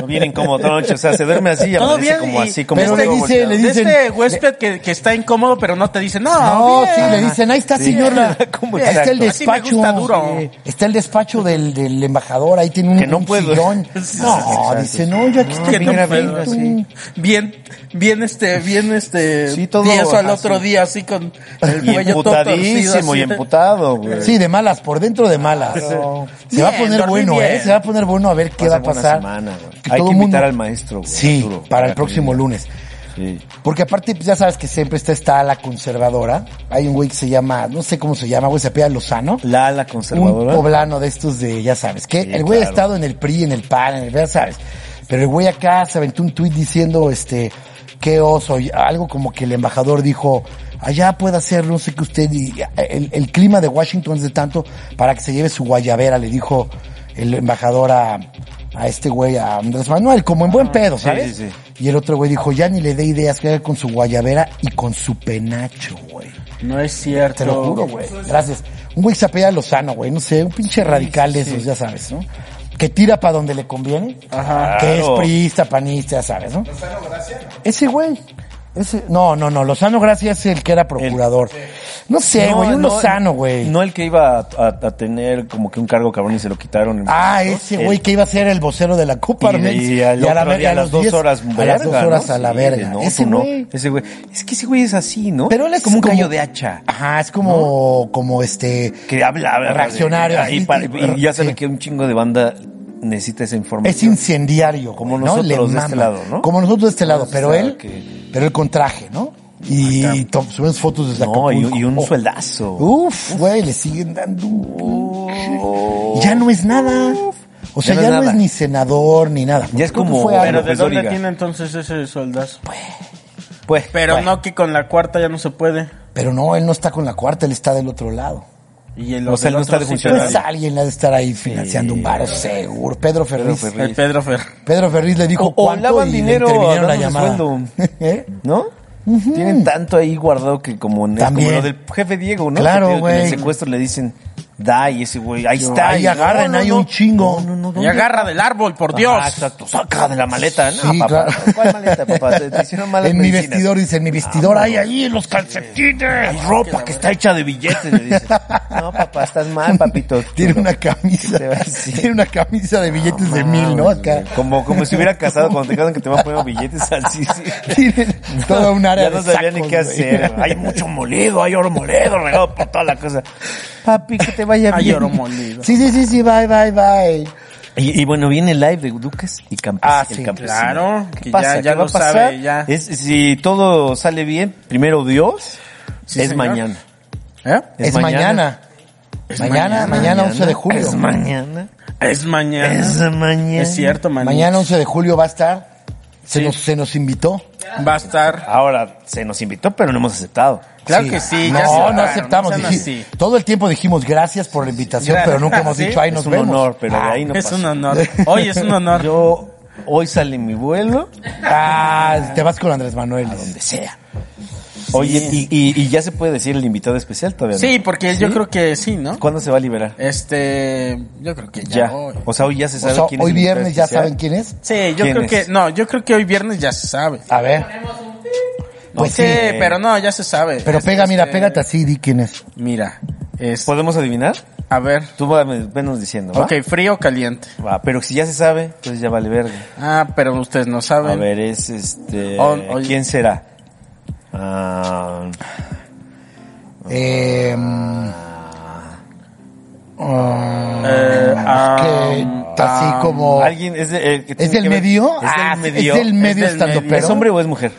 A: *laughs*
C: no vienen como troncho, o sea, se duerme así y
B: Todo
C: amanece
B: bien.
C: como
B: y-
C: así, como
A: pero
C: todo
A: le dice-
C: volteado.
A: le
B: de
A: dicen-
B: este huésped que, que está incómodo, pero no te dice, no,
A: No,
B: bien.
A: sí, le dicen, ahí está, señora.
C: *laughs* ¿Cómo?
A: Ahí está el
C: Exacto.
B: Así me
A: despacho.
B: gusta duro.
A: Sí. Está el despacho del, del embajador, ahí tiene un,
C: Que no
A: un
C: puedo. *laughs*
A: sillón.
B: Sí,
A: No,
C: exacto.
A: dice, no, yo aquí estoy
B: Que no
A: bien a
B: puedo,
A: gusto.
C: así.
B: Bien, bien este, bien este,
C: Sí, todo
B: tieso al
C: así.
B: otro día, así con el
C: Y
B: cuello todo torcido.
C: emputadísimo
B: así
C: y
B: de-
C: emputado, güey.
A: Sí, de malas, por dentro de malas. Se va a
B: Bien,
A: poner
B: dormí
A: bueno,
B: bien.
A: ¿eh? Se va a poner bueno a ver qué va
C: Pasa
A: a pasar.
C: buena semana, güey.
A: Que
C: Hay
A: todo
C: que
A: mundo-
C: invitar al maestro, güey,
A: Sí,
C: Arturo,
A: para el
C: para
A: próximo
C: que-
A: lunes.
C: Sí.
A: Porque aparte, pues, ya sabes que siempre está, está la conservadora. Hay un güey que se llama, no sé cómo se llama, güey, se apela Lozano.
C: La ala
A: Un
C: conservadora.
A: poblano de estos de, ya sabes, que el güey ha
C: claro.
A: estado en el PRI, en el PAN, en el, ya sabes. Pero el güey acá se aventó un tuit diciendo, este, qué oso, y algo como que el embajador dijo, allá puede hacerlo, no sé que usted, y eh, el, el clima de Washington es de tanto para que se lleve su guayabera, le dijo el embajador a, a este güey, a Andrés Manuel, como en buen pedo,
C: Ah, sí,
A: ¿sabes?
C: sí, sí.
A: Y el otro güey dijo, ya ni le dé ideas que haga con su guayabera y con su penacho, güey.
B: No es cierto.
A: Te lo juro, güey. Gracias. Un güey que se apellida Lozano, güey. No sé, un pinche radical de esos, ya sabes, ¿no? Que tira para donde le conviene.
B: Ajá.
A: Que es
C: Claro.
A: priista, panista, ya sabes, ¿no? Ese güey. Ese- no, no, no. Lozano Gracia es el que era procurador. No sé, güey. un Lozano, güey.
C: No el que iba a, a- a tener como que un cargo cabrón y se lo quitaron.
A: Ah, ese
C: El-
A: güey que iba a ser el vocero de la Copa
C: Y,
A: Armex.
C: y al otro
A: ver-
C: día, a las dos
A: 10,
C: horas,
A: A las dos
C: verga,
A: horas
C: ¿no?
A: a la
C: Sí,
A: verga.
C: no,
A: ese
C: tú no.
A: güey.
C: Ese güey. Es que ese güey es así, ¿no?
A: Pero él es
C: como un gallo de hacha.
A: Ajá, es como, como este.
C: Que habla, habla.
A: Reaccionario,
C: Y,
A: así,
C: para-
A: tipo,
C: y ya
A: sí.
C: sabe que un chingo de banda necesita esa información.
A: Es incendiario.
C: Como
A: güey, ¿no?
C: nosotros
A: Le
C: de
A: mama.
C: este lado, ¿no?
A: Como nosotros de este lado,
C: nosotros
A: pero
C: de este
A: él,
C: lado que-
A: pero él con traje, ¿no? Y, to- subimos fotos desde
C: No, y,
A: Acapulco.
C: y un
A: Oh.
C: sueldazo.
A: Uf, güey, le siguen dando. Ya no es nada. O sea,
C: Ya no
A: ya,
C: es
A: no
C: nada.
A: es ni senador ni nada.
C: Ya es
A: Creo que
C: como-
A: fue
C: Pero
B: Pero
A: algo.
B: ¿de
C: pues,
B: dónde
C: oiga.
B: tiene entonces ese soldazo?
C: Pues,
B: Pero
C: bueno.
B: no que con la cuarta ya no se puede.
A: Pero no, él no está con la cuarta, él está del otro lado.
B: Y el
C: O sea,
B: del
C: él no está de
B: otro sí
C: funcionario.
A: Pues
B: se da.
A: alguien ha de estar ahí financiando un varo seguro. Pedro Ferriz. Pedro
C: Ferriz.
A: Ferriz,
B: El Pedro Fer.
A: le dijo
C: O- o
A: cuánto
C: lavan
A: y
C: dinero
A: le intervinieron la
C: dándose
A: llamada.
C: sueldo.
A: *laughs* ¿Eh?
C: ¿No? Tienen tanto ahí guardado que como, en,
A: También.
C: como lo del jefe Diego, ¿no?
A: Claro,
C: Que te digo que En el
A: güey.
C: secuestro le dicen, da, y ese güey, ahí está.
A: ahí
C: y no,
A: agarren,
C: no,
A: hay
C: no.
A: un chingo.
C: No, no, no,
B: Y
C: ¿dónde?
B: agarra del árbol, por Dios.
C: Ah, exacto, saca de la maleta, ¿no?
A: Sí,
C: papá,
A: claro.
C: ¿Cuál maleta, papá? Te, te hicieron
A: *laughs*
C: malas
A: en mi
C: medicinas.
A: vestidor, dice, en mi vestidor hay ahí los calcetines.
C: Hay ropa que está hecha de billetes, le dices. No, papá, estás mal, papito.
A: *laughs* Tiene una camisa,
C: Ah, Te va a decir.
A: tiene una camisa de billetes de mil, ¿no?
C: mames,
A: Acá.
C: güey. Como, como si
A: *laughs*
C: hubiera casado cuando te casan que te van poniendo billetes así. sí.
A: Tiene toda un área
C: *laughs* Ya no
A: de
C: sabía ni
A: sacos,
C: qué
A: güey.
C: hacer. Hay mucho molido, hay oro molido, regado por toda la cosa. Papi, que te vaya
B: Ay,
C: bien.
B: oro molido.
A: *laughs* Sí, sí, sí, sí, bye, bye, bye.
C: Y, y bueno, viene el live de Duques y Campesino.
A: Ah, sí,
B: claro,
C: ¿Qué
B: que
C: pasa?
B: ya- ya
C: ¿Qué va
B: lo
C: a pasar?
B: sabe, ya.
C: Es- si todo sale bien, primero Dios,
B: Sí,
C: es
B: señor.
C: mañana.
B: ¿Eh?
A: Es, mañana.
B: Es
A: Mañana, mañana 11 de julio.
C: Es mañana.
B: Es mañana.
C: Es
B: Es,
C: mañana.
B: cierto, man.
A: Mañana 11 de julio va a estar. Se,
B: Sí.
A: nos, se nos invitó.
B: va a estar.
C: Ahora, se nos invitó, pero no hemos aceptado.
B: Claro que sí.
A: No,
B: ya se-
A: no aceptamos.
B: no sean
A: Dij-
B: así.
A: Todo el tiempo dijimos gracias por la invitación,
B: Gracias.
A: pero
B: *laughs*
A: nunca hemos
B: Sí.
A: dicho ahí nos
C: es un
A: vemos.
C: honor, pero de ahí no
B: es
C: pasó.
B: un honor. Hoy es un
C: *laughs*
B: honor.
C: Yo, hoy sale mi vuelo,
A: Ah, te vas con Andrés Manuel.
C: donde sea. Oye, y, y- y ya se puede decir el invitado especial todavía.
B: sí,
C: ¿no?
B: porque yo creo que sí, ¿no?
C: ¿Cuándo se va a liberar?
B: Este, yo creo que ya,
C: Ya.
B: hoy.
C: O sea, hoy ya se
A: O
C: sabe
A: sea,
C: quién es
A: hoy
C: el invitado
A: viernes ya
C: especial.
A: saben quién es.
B: Sí, yo
C: ¿Quién
B: creo
C: es?
B: que no, yo creo que hoy viernes ya se sabe.
A: A ver. Pues
B: sí,
A: sí.
B: pero no, ya se sabe.
A: Pero
B: Este,
A: pega, mira,
B: este,
A: pégate así y di quién es.
B: Mira, es
C: ¿Podemos adivinar?
B: a ver.
C: Tú vame- venos diciendo. ¿va?
B: Ok, frío o caliente.
C: Va, pero si ya se sabe, entonces ya vale verga.
B: Ah, pero ustedes no
C: A
B: saben.
C: ver, es este.
B: O- Oh, oye.
C: ¿Quién será? Ah,
A: Eh,
B: Eh, ah,
A: que así como.
C: Oh. ¿Alguien es, de- el que
A: ¿Es
C: tiene
A: del
C: que ver-
A: medio?
C: ¿Es
A: Ah,
C: del medio?
A: Es del medio
B: del
A: estando
B: medio.
C: ¿Es
A: pero.
C: hombre o es mujer?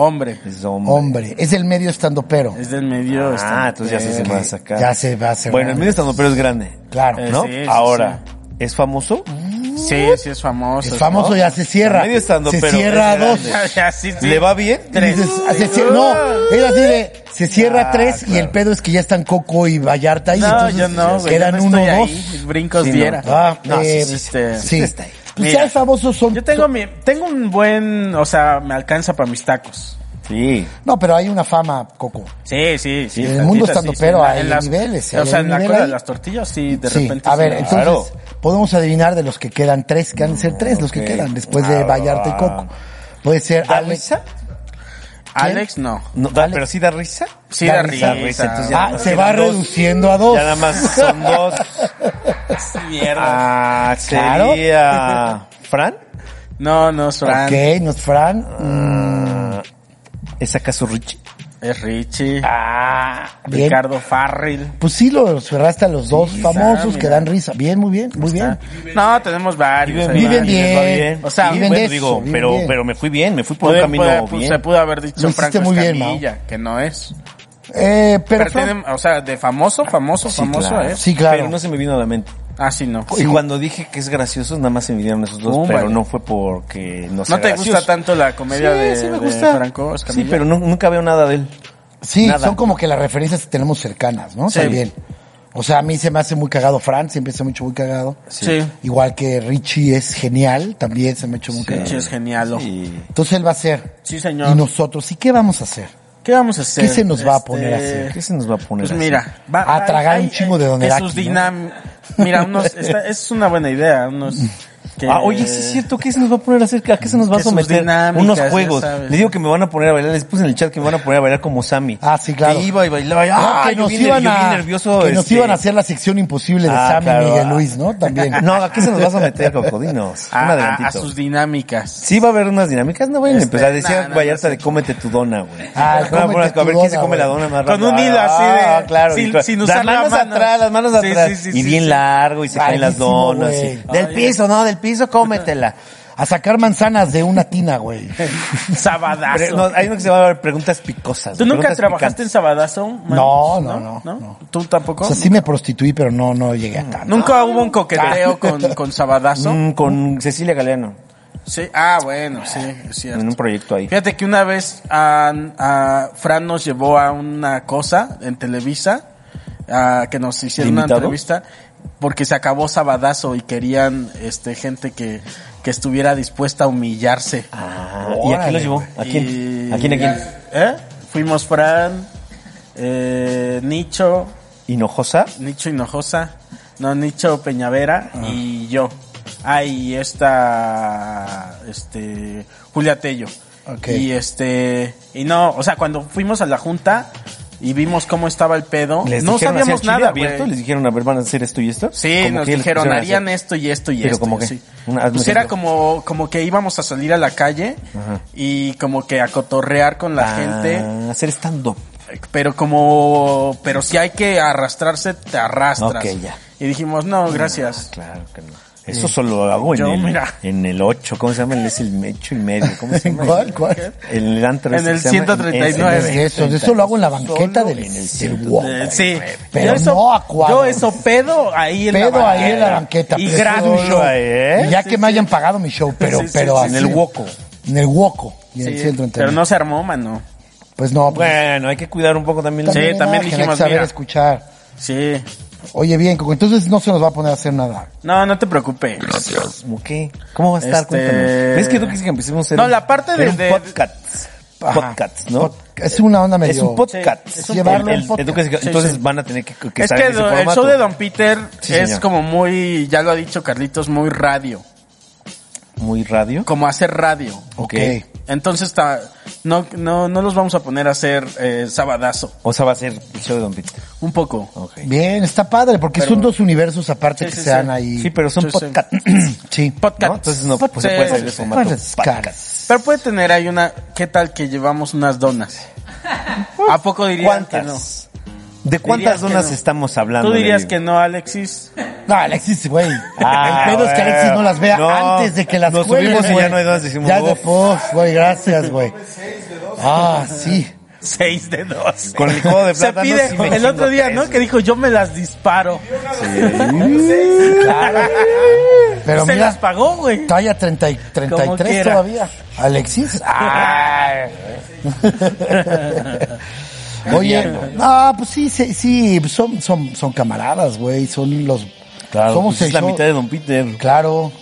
B: hombre,
C: Es hombre.
A: Hombre, es del medio estando pero.
B: es del medio.
C: Ah,
B: está-
C: entonces ya se,
B: eh,
C: se va a sacar.
A: Ya se va a hacer.
C: Bueno, el medio estando pero es grande.
A: Claro.
B: Eh,
C: ¿No?
B: sí, sí,
C: Ahora, ¿es famoso?
B: Sí, sí es famoso.
A: Es famoso, ya se cierra.
C: El medio estando
A: se
C: pero
A: cierra a
C: es
A: dos.
C: grande.
B: *laughs* Ya, sí, sí.
C: ¿Le va bien?
A: Y dices,
B: Tres.
A: ah, se cier- no, eh, es así de, se cierra
C: Ah,
A: tres y
C: claro.
A: el pedo es que ya están Coco y Vallarta ahí.
B: No,
A: entonces
B: yo no, güey.
A: Quedan
B: yo no
A: uno
B: estoy
A: o dos.
B: ahí. Brincos
C: Sí, no.
B: diera.
A: Ah,
B: No, sí,
A: eh,
B: sí, este-
A: sí.
C: está ahí.
A: Pues
B: Mira.
A: ya famosos son.
B: Yo tengo mi, tengo un buen, o sea, me alcanza para mis tacos.
C: Sí.
A: No, pero hay una fama, Coco.
B: Sí, sí, sí.
A: En el
B: tantita,
A: mundo estando, pero
B: en la-
A: hay
B: en las-
A: niveles,
B: O
A: hay
B: sea, en la
A: nivel
B: cola de
A: ahí.
B: las tortillas, sí, de
A: sí.
B: repente.
A: a
B: sí
A: ver,
B: me-
A: entonces
C: Claro.
A: podemos adivinar de los que quedan tres, que han de ser tres los que
C: ok.
A: quedan después de
C: Ah,
A: Vallarta y Coco. Puede ser
C: ¿Da
A: Alex.
C: risa?
B: Alex, no.
C: No, da- ¿Pero sí da risa?
B: Sí,
A: Da
B: da
A: risa,
B: risa.
C: risa, entonces ya
A: Ah,
C: no
A: se
C: quedan
A: va
C: dos.
A: reduciendo a dos.
C: Ya nada más son
A: *laughs*
C: dos.
B: Mierda.
C: Ah,
A: Claro. *laughs*
C: sería. ¿Fran?
B: No, no, es Fran.
A: Ok, no es Fran.
C: Ah, ¿Es acaso Richie?
B: Es Richie.
C: Ah.
A: bien.
B: Ricardo Farril.
A: Pues sí, los cerraste a los dos famosos
B: está,
A: que
B: mira.
A: dan risa. Bien, muy bien, muy bien.
B: Ah. No, tenemos varios. ahí
A: viven
B: varios.
A: bien.
C: les va bien.
B: O sea,
A: viven
C: bueno,
A: de eso,
C: digo,
A: viven
C: pero,
A: bien.
C: pero me fui bien, me fui por
B: Puede-
C: un camino
B: puede- pues,
C: bien.
B: se pudo haber dicho
A: Lo hiciste
B: Franco
A: muy bien,
B: Escamilla, que no es.
A: Eh, pero,
B: Pero,
A: Fran-
B: tiene- o sea, de famoso, famoso, famoso ¿eh? es.
A: Sí, claro.
C: Pero no se me vino a la mente.
B: Ah, sí, no.
C: Y cuando dije que es gracioso, nada más se me vinieron esos dos,
B: Pum,
C: pero
B: vale.
C: no fue porque no sea
B: ¿No te
C: gracioso.
B: gusta tanto la comedia
C: Sí,
B: de,
C: sí me
B: de
C: gusta.
B: Franco Escamilla?
C: Sí, pero nu- nunca veo nada de él.
A: sí,
C: nada.
A: son como que las referencias que tenemos cercanas, ¿no?
B: Sí.
A: También. O sea, a mí se me hace muy cagado Fran, siempre se me ha hecho muy cagado.
B: Sí.
A: Igual que Richie es genial, también se me ha hecho muy cagado.
B: Richie es genial. oh. Sí,
C: Y-
A: Entonces él va a ser.
B: señor.
A: Y nosotros, ¿y qué vamos a hacer?
B: ¿Qué vamos a hacer?
A: ¿Qué se nos va a poner a hacer?
C: ¿Qué se nos va a poner?
B: Pues
C: así?
B: mira, va,
A: A tragar un chingo de
B: donde
A: Doneraki,
B: Sus
A: ¿no?
B: dinam- Mira, unos, esta- es una buena idea, unos que- eh,
C: Ah, oye, sí es cierto, ¿qué se nos va a poner a hacer? ¿A qué se nos va a
B: Que sus
C: someter?
B: dinámicas,
C: Unos
B: ya
C: juegos.
B: sabes.
C: Le digo que me van a poner a bailar, les puse en el chat que me van a poner a bailar como Sammy.
A: Ah, sí, claro.
C: Que iba y bailaba. y,
A: No,
C: ah,
A: que
C: yo
A: nos
C: bien-
A: iban
C: yo bien
A: a,
C: nervioso,
A: que nos
C: este-
A: iban a hacer la sección imposible de
C: Ah,
A: Sammy
C: claro.
A: y Miguel Luis, ¿no? También.
C: *laughs* No, ¿a qué se nos va a someter,
B: *laughs*
C: Cocodinos?
B: a,
C: Un
B: a-
C: adelantito.
B: Ah, a sus dinámicas.
C: Sí va a haber unas dinámicas, no vayan a
B: Este,
C: empezar. Decía
B: no, no, no,
C: Vallarta
B: sí.
C: de cómete tu dona, güey.
A: Ah,
C: No,
A: cómete
C: bueno, a
A: tu
C: ver quién se
A: dona,
C: come la
A: güey.
C: dona más
B: Con
C: rápido.
B: un hilo así de-
C: Ah, claro.
B: sin-
C: y-
B: sin
C: las
B: usar la
C: manos
B: mano.
C: atrás, las manos
B: Sí,
C: atrás.
B: sí, sí,
C: y
B: sí,
C: bien
B: sí.
C: largo y se caen las
A: Larguísimo,
C: donas.
A: güey.
C: y- Del piso, no, del piso cómetela.
A: A sacar manzanas de una tina, güey.
C: Pre-
B: *laughs* Sabadazo.
C: no, hay uno que se va a ver preguntas picosas.
B: ¿Tú
C: güey,
B: nunca
C: preguntas
B: trabajaste en Sabadazo? Manu?
A: No, no, no,
B: ¿Tú tampoco?
A: O sea, sí me prostituí, pero no, no llegué a tanto.
B: ¿Nunca hubo un coqueteo con, con Sabadazo?
C: picantes. Mm, con Cecilia Galeano.
B: Sí. Ah, bueno, sí, es cierto.
C: En un proyecto ahí.
B: Fíjate que una vez a, a Fran nos llevó a una cosa en Televisa, a que nos hicieron una
C: ¿Limitado?
B: entrevista, porque se acabó Sabadazo y querían este gente que, que estuviera dispuesta a humillarse.
C: Ah, ¿Y a quién lo
A: Órale,
C: llevó? ¿A quién?
B: Y-
C: ¿A quién? ¿A quién?
B: ¿Eh? Fuimos Fran, eh, Nicho,
C: ¿Hinojosa?
B: Nicho Hinojosa, no, Nicho Peñavera y yo. Ah, y esta, este, Julia Tello.
A: Ok.
B: Y este, y no, o sea, cuando fuimos a la junta y vimos cómo estaba el pedo,
C: ¿Les
B: no
C: dijeron así al
B: sabíamos
C: chile
B: nada,
C: abierto?
B: güey.
C: ¿Les dijeron, a ver, van a hacer esto y esto?
B: Sí,
C: Como
B: nos
C: que les
B: dijeron,
C: pusieron así.
B: harían esto y esto y
C: Pero
B: esto.
C: ¿cómo
B: y
C: qué?
B: así.
C: Una- hazme
B: pues era
C: ejemplo.
B: como, como que íbamos a salir a la calle
C: Ajá.
B: y como que a cotorrear con la
C: Ah,
B: gente.
C: Hacer stand-up.
B: Pero como, pero si hay que arrastrarse, te arrastras.
C: Ok, ya.
B: Y dijimos, no, gracias.
C: Ah, claro que no. Eso solo lo hago en,
B: Yo,
C: el,
B: mira.
C: en el 8, ¿cómo se llama? El- Es el mecho y medio, ¿cómo se llama?
A: ¿Cuál, cuál?
C: El antro.
B: En
C: ese
B: el
C: que se llama-
B: 139.
C: en- en-
A: Es eso, de eso lo hago en la banqueta
C: Solo
A: del
C: en el
A: Cel
C: centro.
A: Walk.
B: Eh, sí.
A: Pero
B: yo eso,
A: no a cuadros.
B: Yo eso pedo ahí en la
A: Pedo
B: banqueta.
A: ahí en la banqueta.
B: Y
A: pero
B: gratis.
A: solo
C: show. ¿eh?
A: Y ya que me hayan pagado mi show, pero,
B: Sí, sí,
A: pero
B: sí,
A: así.
C: En el hueco.
A: En el hueco. Y en el
B: Sí,
A: centro entero.
B: pero no se armó, mano.
A: Pues no, pues,
C: Bueno, hay que cuidar un poco también.
B: Sí,
A: también, no,
C: la-
B: también
A: que hay que
B: dijimos,
A: saber
B: mira.
A: escuchar.
B: Sí.
A: Oye, bien, Coco, entonces no se nos va a poner a hacer nada.
B: No, no te preocupes.
C: ¿Cómo qué? ¿Cómo va a estar?
B: Este-
C: Cuéntanos. ¿Ves que tú quisiste que empecemos a hacer
B: No,
C: un-
B: la parte de-
C: era un
B: de-
C: podcast.
A: Ajá.
C: Podcast, ¿no?
A: Pod- Es una onda medio...
C: Es un podcast.
B: Sí,
A: es un Llevarlo a un
C: El- el-
A: podcast.
C: educa-
B: Sí,
C: Entonces
B: sí.
C: van a tener que, que
B: es
C: estar en
B: que
C: ese
B: do- el
C: formato.
B: show de Don Peter
C: Sí,
B: es
C: señor.
B: como muy, ya lo ha dicho Carlitos, muy radio.
C: Muy radio.
B: Como hacer radio.
A: Ok.
B: Entonces ta- no, no, no los vamos a poner a hacer eh, sabadazo.
C: O sea, va a ser el show de Don Peter.
B: Un poco.
C: Ok.
A: Bien, está padre, porque
B: Pero-
A: son dos universos aparte
B: Sí,
A: que
B: sí,
A: sean
B: sí.
A: ahí.
C: Sí, pero son
B: Sí, sí.
C: podcasts.
B: *clears throat*
A: Sí.
B: Podcast.
C: eh, ¿no? Entonces no pues, se
B: Sí,
C: puede
B: sí,
C: hacer el
B: sí.
C: formato
A: Podcast.
C: podcast.
B: Pero puede tener ahí una, ¿qué tal que llevamos unas donas? ¿A poco dirían que no?
C: ¿Cuántas? ¿De cuántas
B: Dirías que
C: donas
B: no.
C: estamos hablando?
B: Tú dirías
C: Lili?
B: que no, Alexis. *laughs*
A: No, Alexis, güey.
C: *laughs* Ah,
A: el pedo es que
C: bueno.
A: Alexis no las vea
C: No,
A: antes de que las
C: nos
A: cuelguen,
C: subimos y ya
A: güey.
C: no hay dos, decimos,
A: Ya
C: uf.
A: después, güey, gracias, güey. Ah, sí.
B: Seis de dos.
C: Con el codo de
B: Se
C: plátano
B: pide
C: sí me
B: el
C: chingo
B: otro día,
C: tres,
B: ¿no? Que dijo, yo me las disparo.
A: Pero
C: Este
B: Se
A: mira,
B: las pagó, güey.
A: talla 30 y 33
B: quiera.
A: todavía.
C: *laughs*
A: Alexis. Ay. Oye, ah, pues sí, sí, sí, son, son, son camaradas, güey, son los...
C: Claro,
A: ¿cómo
C: pues
A: se
C: es la
A: hizo?
C: mitad de Don Peter.
A: Claro,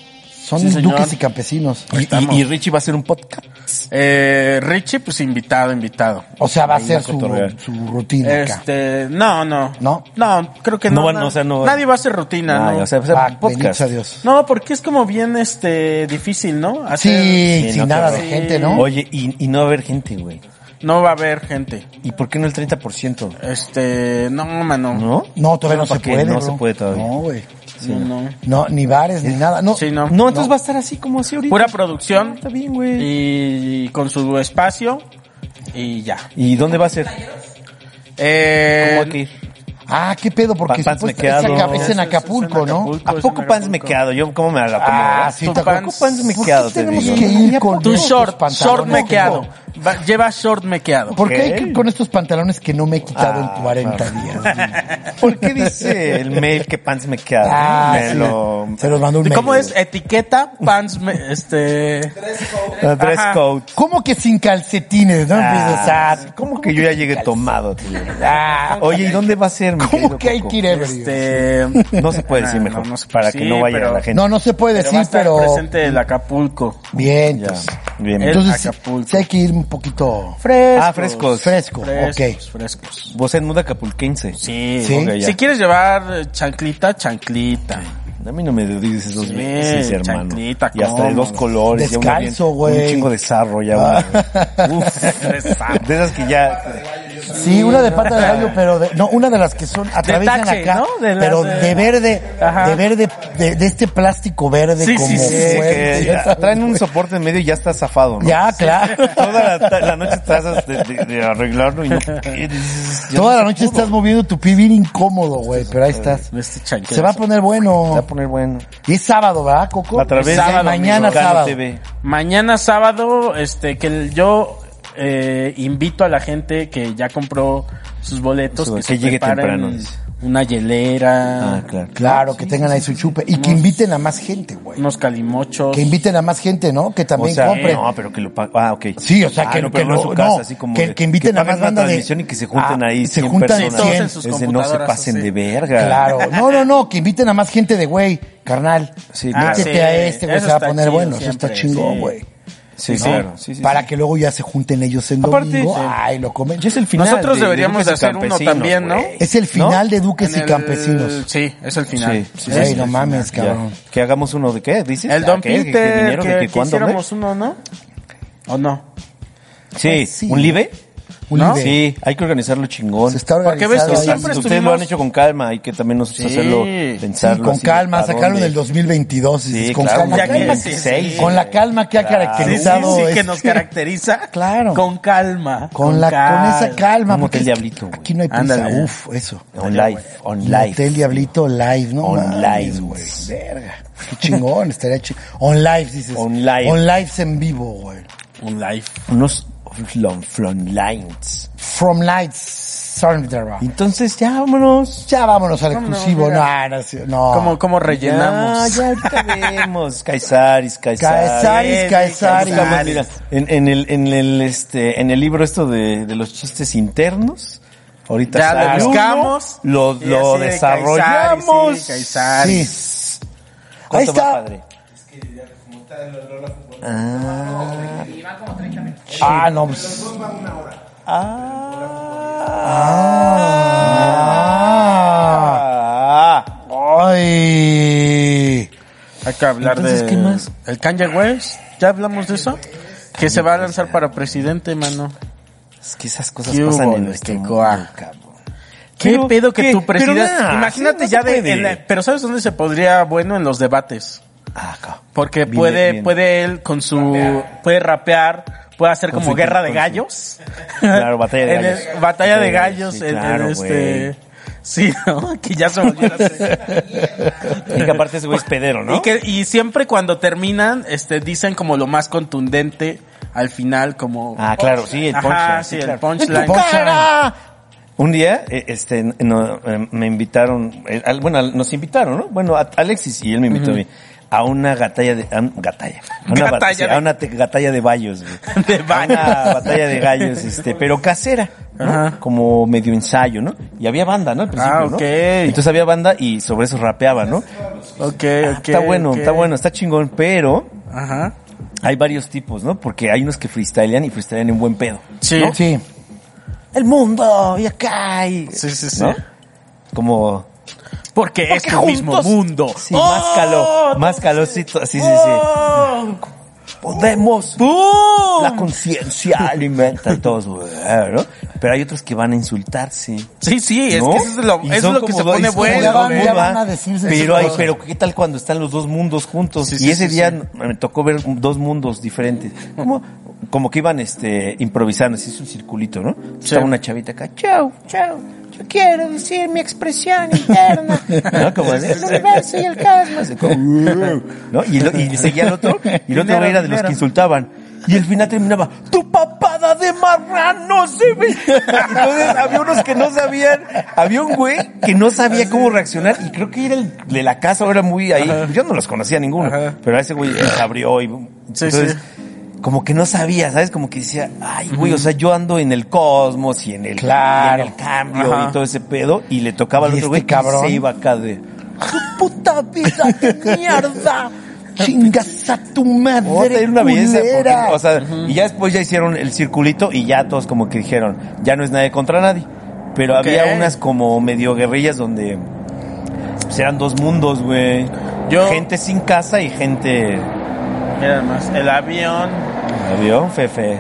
A: son
B: Sí, señor.
A: duques y campesinos.
C: Y- Y, y Richie va a hacer un podcast.
B: Eh, Richie, pues invitado, invitado.
A: O sea, va a
C: Ahí
A: ser
C: va a
A: su,
C: cotorrear.
A: su rutina acá.
B: Este, no, no.
A: ¿No?
B: No, creo que
C: No
B: no.
C: van-
B: na-
C: o sea, no-
B: nadie va a hacer rutina,
C: Ah,
B: ¿no?
C: o sea, va a ser
A: Ah,
C: podcast.
A: bendito sea Dios.
B: no, porque es como bien, este, difícil, ¿no? Hacer-
A: Sí,
C: Sí,
A: sin
C: no,
A: nada
C: claro.
A: de gente, ¿no?
C: Oye, y, y no va a haber gente, güey.
B: No va a haber gente.
C: ¿Y por qué no el 30%?
B: Este, no, mano.
C: ¿No?
A: no, todavía no,
C: ¿para
A: se
C: qué?
A: puede.
C: No
A: bro.
C: se puede todavía.
A: No, güey.
B: No, no.
A: No, ni bares, ni nada. No,
B: Sí, no.
C: No, entonces va a estar así como así ahorita.
B: Pura producción.
C: Ah, Está bien, güey.
B: Y con su espacio. Y ya.
C: ¿Y dónde va a ser?
B: Eh,
C: ¿Cómo hay que ir?
A: Ah, qué pedo, porque
C: Papás
A: supuesto-
C: me
A: es,
C: quedo.
A: acá- es
B: Es- es
A: en Acapulco,
B: en
A: ¿no?
B: Acapulco,
C: ¿A
B: es en
C: poco pans
B: Acapulco.
C: me quedo? Yo cómo me la como.
A: Ah, sí,
B: Tu
A: te
B: pants-
A: acuerdas.
C: ¿Poco pans me
A: ¿Por
C: quedo?
A: qué
C: te
A: tenemos
C: digo?
A: que ir
C: ¿A
A: con
B: Tu
C: poco?
A: Todos
B: short,
A: los
B: short
A: pantalones,
B: mequeado. Va- lleva short mequeado.
A: ¿Por qué hay
C: Ok.
A: que ir con estos pantalones que no me he quitado
B: Ah,
A: en 40 días?
C: ¿Por qué dice el mail que pants me quedo?
A: Ah,
C: me
A: sí.
C: lo...
A: Se los mandó un
B: ¿Cómo
A: mail.
B: es? Etiqueta, pants, me- este...
C: La dress
B: Ajá.
C: code.
A: ¿Cómo que sin calcetines? No empieces
C: Ah,
A: a...
C: ¿Cómo que yo ya llegué tomado, tío?
A: Ah,
C: Oye, ¿y dónde va a ser, mi
A: ¿Cómo
C: querido
A: que hay
C: Coco?
A: que ir ebrio?
B: Este...
C: No se puede decir
B: Ah,
C: mejor,
B: no se-
C: para
B: sí,
C: que no vaya
B: pero-
C: la gente.
A: No, no se puede
B: Pero va a
A: decir,
B: estar
A: pero...
B: presente el Acapulco.
A: Bien,
C: Ya,
A: entonces.
C: bien.
A: Entonces,
B: Acapulco.
A: sí hay que ir un poquito...
B: Frescos.
C: Ah, frescos.
A: Fresco,
B: Frescos,
A: ok.
B: frescos.
C: Vos en muda capulquense.
B: Sí.
A: Sí.
C: Ok, ya.
B: Si quieres llevar eh, chanclita, chanclita.
C: A mí no me dices esos
B: Sí,
C: veces, hermano.
B: chanclita,
C: y hasta de
B: ¿cómo?
C: dos colores. ya una bien-
A: Descalzo, güey.
C: Un chingo de sarro ya.
A: *laughs*
C: una, güey. Uf, de esas que ya...
A: Sí, una de pata de gallo, pero de- no, una de las que son atraviesan
B: tache,
A: acá,
B: ¿no? De las
A: pero
B: de-
A: de verde,
B: Ajá.
A: de verde, de, de este plástico verde
B: Sí, sí,
A: como
B: sí, sí,
C: que
A: fuerte,
C: ya
A: ya sabes,
C: traen un
A: güey.
C: soporte en medio y ya está zafado, ¿no?
A: Ya, claro.
C: Toda la, ta- la noche tratas de, de- de arreglarlo y no puedes. Ya
A: *laughs* Toda
C: no
A: la
C: se
A: noche
C: pudo.
A: estás moviendo tu pie bien incómodo, güey, pero ahí estás.
B: Este chancleta.
A: Se va a poner
C: Se va a
A: bueno.
C: poner bueno.
A: Y es sábado, ¿verdad, Coco?
C: A través
A: Sábado,
C: de
A: mañana
C: Mexicano Ah,
A: sábado. Ah,
C: TV.
B: Mañana sábado, este, que el- yo eh, invito a la gente que ya compró sus boletos,
C: Eso,
B: que,
C: que
B: se
C: llegue
B: preparen
C: temprano, dice.
B: una hielera,
C: Ah, claro.
A: Claro, que tengan ahí su chupe y que inviten a más gente, güey.
B: unos calimochos.
A: Que inviten a más gente, ¿no? Que
C: O
A: también
C: sea,
A: compren.
C: no, pero que lo paguen. Ah, ok.
A: Sí, o sea,
C: Ah,
A: que,
C: no,
A: que,
C: pero no
A: lo-
C: en su casa,
A: no,
C: así como
A: que,
C: de-
A: que inviten a más
C: paguen una
A: banda de...
C: transmisión y que se junten
A: Ah,
C: ahí
A: Se
C: 100
A: juntan
C: personas.
B: todos en
A: 100.
C: Es
B: sus
C: de no se
B: computadoras,
C: pasen
B: así.
C: de verga.
A: Claro. *laughs* No, no, no, que inviten a más gente de, güey, carnal.
C: Sí,
A: métete
C: claro.
A: a
B: sí,
A: este, güey,
B: eso
A: se va a
B: está
A: poner
B: chido
A: bueno. Eso está
B: siempre,
A: chingón,
B: sí.
A: güey.
C: Sí,
B: Sí,
C: claro.
B: sí.
C: Sí, sí,
A: Para
C: sí.
A: que luego ya se junten ellos en
C: Aparte,
A: domingo.
C: sí.
A: Ay, lo comen.
C: Ya es el final.
B: Nosotros
C: de-
B: deberíamos
C: Duques y
B: hacer uno
C: Campesinos,
B: también, ¿no?
C: güey.
A: Es el final de Duques
B: En
A: y
B: el-
A: Campesinos.
B: Sí, es el final.
C: Sí, sí,
A: Ey,
C: sí,
A: no
C: sí,
A: mames,
C: sí,
A: cabrón.
C: ya. Que hagamos uno de qué, dices.
B: El
C: Ah,
B: Don
C: ¿qué? ¿De qué
B: Peter,
C: dinero?
B: que,
C: ¿De
B: que
C: qué cuándo, güey?
B: hiciéramos uno, ¿no? ¿O no?
C: Sí,
A: Pues sí.
C: un live.
A: Un
B: ¿No?
A: live.
C: Sí, hay que organizarlo chingón.
A: Se está
B: Porque ves
A: organizando.
B: que
A: ahí.
B: siempre
C: Ustedes
B: estuvimos-
C: lo han hecho con calma, hay que también nosotros
B: Sí.
C: hacerlo,
B: Sí,
A: Sí,
C: pensarlo.
A: con
C: así,
A: calma,
C: ¿para
A: sacarlo en
C: dónde?
A: el 2022.
C: Sí,
A: con
C: claro,
A: calma,
B: ya que-
A: calma,
B: sí, sí.
A: con la calma que ha
C: Claro.
B: Sí, sí,
A: caracterizado.
B: sí, que
A: este-
C: *laughs*
B: nos caracteriza.
A: Claro.
B: Con calma.
A: con, la, con esa calma.
C: Un
A: porque
C: hotel diablito, güey.
A: Aquí no hay prisa.
B: Ándale.
A: Uf, eso.
C: On live, on live.
A: Hotel Diablito live, ¿no?
C: On
A: mames,
C: live.
A: güey. Verga. Qué *laughs* chingón, estaría chido. On live, dices.
C: On live.
A: On lives en vivo, güey.
B: Un live.
C: Unos flon, lines.
A: From lights, Sundara.
C: Entonces, ya vámonos.
A: Ya vámonos al exclusivo. No,
B: mira.
A: no, sí, no.
B: ¿Cómo, cómo rellenamos?
C: Ya, ya ahorita
A: *laughs*
C: vemos. Caisaris, Caisaris.
A: Caesaris,
B: Sí,
A: Caesaris.
C: Buscamos, mira, en, en el, en el, este, en el libro esto de, de los chistes internos. Ahorita
B: Ya
C: sale
B: lo
C: uno,
B: buscamos.
C: lo,
B: Sí,
C: lo
B: así de
C: desarrollamos.
B: Caisaris, sí, Caisaris.
A: Sí.
C: ¿Cuánto
A: Ahí está.
C: va, padre?
A: Ah, no. pues. Ah.
C: Ah,
A: Ay.
B: Hay que hablar
C: Entonces,
B: de...
C: ¿qué más?
B: El Kanye West. ¿Ya hablamos de eso? Que se va a lanzar para presidente, mano.
C: es que esas cosas
B: ¿Qué
C: pasan
B: hubo,
C: en nuestro mundo,
B: este, coa?
C: cabrón.
B: ¿Qué
C: Pero,
B: pedo que
C: ¿qué?
B: tu presidente...
C: Pero nada,
B: Imagínate
C: sí, no
B: ya
C: se
B: de...
C: puede.
B: en la- Pero ¿sabes dónde se podría, bueno, en los debates?
C: Ah, cabrón.
B: Porque
C: Bien,
B: puede,
C: bien.
B: puede él con su, puede rapear, puede hacer
C: Con
B: como
C: su-
B: guerra de
C: con su-
B: gallos.
C: Claro, batalla de
B: *laughs* En el-
C: gallos.
B: batalla de
C: Sí,
B: gallos
C: sí,
B: en- en
C: claro,
B: este,
C: güey.
B: sí, *laughs* ¿no? que ya se volvió la
C: Y que aparte ese güey es pedero, ¿no?
B: Y, que, y siempre cuando terminan, este, dicen como lo más contundente al final, como...
C: Ah, claro, sí, el
B: Ajá,
C: punchline.
B: sí, el
C: claro.
B: punchline.
C: ¡En tu
B: Punchline.
C: cara! Un día, eh, este, no, eh, me invitaron, eh, al- bueno, al- nos invitaron, ¿no? Bueno, a Alexis y él me invitó a mí a una gatalla de, a un- gatalla, a una,
B: Gatalla
C: bat- sí,
B: de-
C: a una te- gatalla de vallos, güey.
B: *laughs* De vallos.
C: A una batalla de gallos, este, pero casera, ¿no?
B: Ajá.
C: Como medio ensayo, ¿no? Y había banda, ¿no? Al principio,
B: Ah,
C: ¿no?
B: ok.
C: Entonces había banda y sobre eso rapeaba, ¿no?
B: Ok,
C: Ah,
B: ok,
C: está bueno,
B: ok.
C: está bueno, está chingón, pero
B: Ajá.
C: hay varios tipos, ¿no? Porque hay unos que freestylean y freestylean en buen pedo.
B: Sí.
C: ¿no?
A: Sí.
C: el mundo y acá y
B: Sí, sí, sí.
C: ¿no? como
B: Porque, es tu mismo mundo.
C: sí, más calor más calorcito sí sí sí
B: ¡Oh!
C: podemos
B: ¡Pum!
C: la conciencia alimenta y todo eso, ¿no? pero hay otros que van a insultarse
B: Sí, sí, es
C: ¿no?
B: que eso es lo,
C: Y
B: eso es
C: son
B: lo que
C: como
B: se
C: dos-
B: pone
C: es como
B: bueno.
A: ya van-
B: güey.
A: ya van a decirse
C: pero
A: esas
C: hay,
A: cosas.
C: pero qué tal cuando están los dos mundos juntos
B: Sí,
C: y
B: sí,
C: ese
B: sí,
C: día
B: sí.
C: me tocó ver dos mundos diferentes como como que iban este improvisando así es un circulito no estaba una chavita acá chau chau yo quiero decir mi expresión interna *laughs* no como así, el universo y el cosmos así como, "Uh", *laughs* no y, lo- y seguía el otro y el otro
B: Dinero,
C: era de los
B: dinero.
C: que insultaban y al final terminaba, tu papada de marrano se ve. Entonces había unos que no sabían, había un güey que no
A: Ah,
C: sabía cómo reaccionar y creo que era el de la casa, era muy ahí. Yo no los conocía a ninguno,
B: Ajá.
C: pero a ese güey se abrió y entonces como que no sabía, ¿sabes? Como que decía, ay güey, o sea, yo ando en el cosmos y en el,
A: Claro.
C: y en el cambio
B: Ajá.
C: y todo ese pedo y le tocaba al
A: ¿Y
C: otro
A: este
C: güey
A: cabrón?
C: que se iba acá de
A: puta vida
C: *laughs*
A: de mierda. Chingas a tu madre.
C: Oh, era una belleza. porque,
A: culera.
C: o sea, y ya después ya hicieron el circulito y ya todos como que dijeron, ya no es nadie contra nadie. Pero
B: Ok.
C: había unas como medio guerrillas donde pues, eran dos mundos, güey.
B: Yo,
C: Gente sin casa y gente...
B: mira más, el avión
C: El avión, Fefe.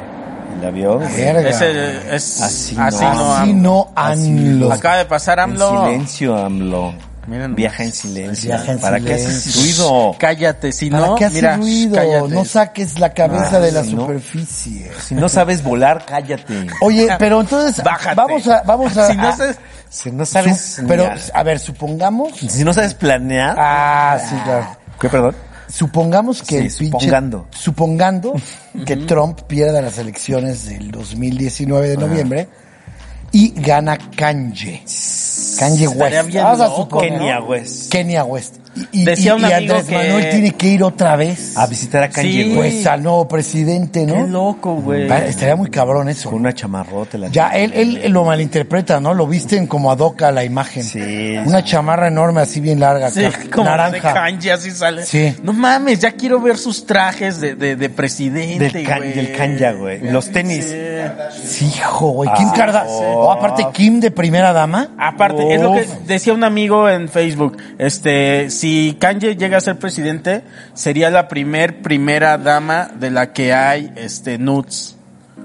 C: El avión. güey.
A: Verga.
B: es el, es
C: eh, Así
B: así,
C: no.
B: no.
A: Así
B: AMLO.
A: no
C: Así
A: AMLO.
B: Acaba de pasar AMLO.
C: En silencio, AMLO.
B: Mira nomás.
C: Viaja en silencio.
A: Viaja en
C: ¿Para qué
A: silencio.
C: haces ruido?
B: Cállate, si
A: ¿Para
B: no,
A: qué hace
B: mira,
A: ruido?
B: cállate.
A: No saques la cabeza
C: Ah,
A: de la
C: sí, ¿no?
A: superficie.
C: Si no sabes volar, cállate.
A: Oye, pero entonces
B: Bájate.
A: vamos a vamos a,
B: Si no
A: a-
B: sabes-
C: Si no sabes...
A: su- pero
C: mirar.
A: a ver, supongamos
C: Si no sabes planear...
A: Ah, sí, claro.
C: ¿Qué, perdón?
A: Supongamos que
C: Sí,
A: el pinche-
C: supongando.
A: supongando que Trump pierda las elecciones del 2019 de noviembre y gana Kanye. Kanye
B: Estaría
A: West.
B: bien
A: Vamos a
B: loco,
A: suponer, ¿no?
C: Kenia West.
A: Kenia West. Y, y-
B: Decía
A: y-
B: un
A: y
B: amigo
A: Andrés
B: que-
A: Manuel tiene que ir otra vez
C: A visitar a Kanye
B: Sí.
C: West.
A: pues al nuevo presidente, ¿no?
B: Qué loco, güey.
A: Va- Estaría muy cabrón eso.
C: Con una chamarrota. La
A: Ya, él, él, él lo malinterpreta, ¿no? Lo visten como adoca la imagen.
C: Sí.
A: Una chamarra enorme, así bien larga.
B: Sí,
A: ca-
B: *laughs* como de
A: naranja.
B: kanji así sale.
A: Sí.
B: No mames, ya quiero ver sus trajes de, de, de presidente,
C: Del can-
B: güey.
C: del kanja, güey. Los tenis.
A: Sí, hijo, güey. Kim Kardashian.
C: Ah, sí. Ah,
A: Oh, aparte, Kim de primera dama.
B: Aparte, es lo que
C: Uf.
B: decía un amigo en Facebook, este, si Kanye llega a ser presidente, sería la primer primera dama de la que hay este nudes.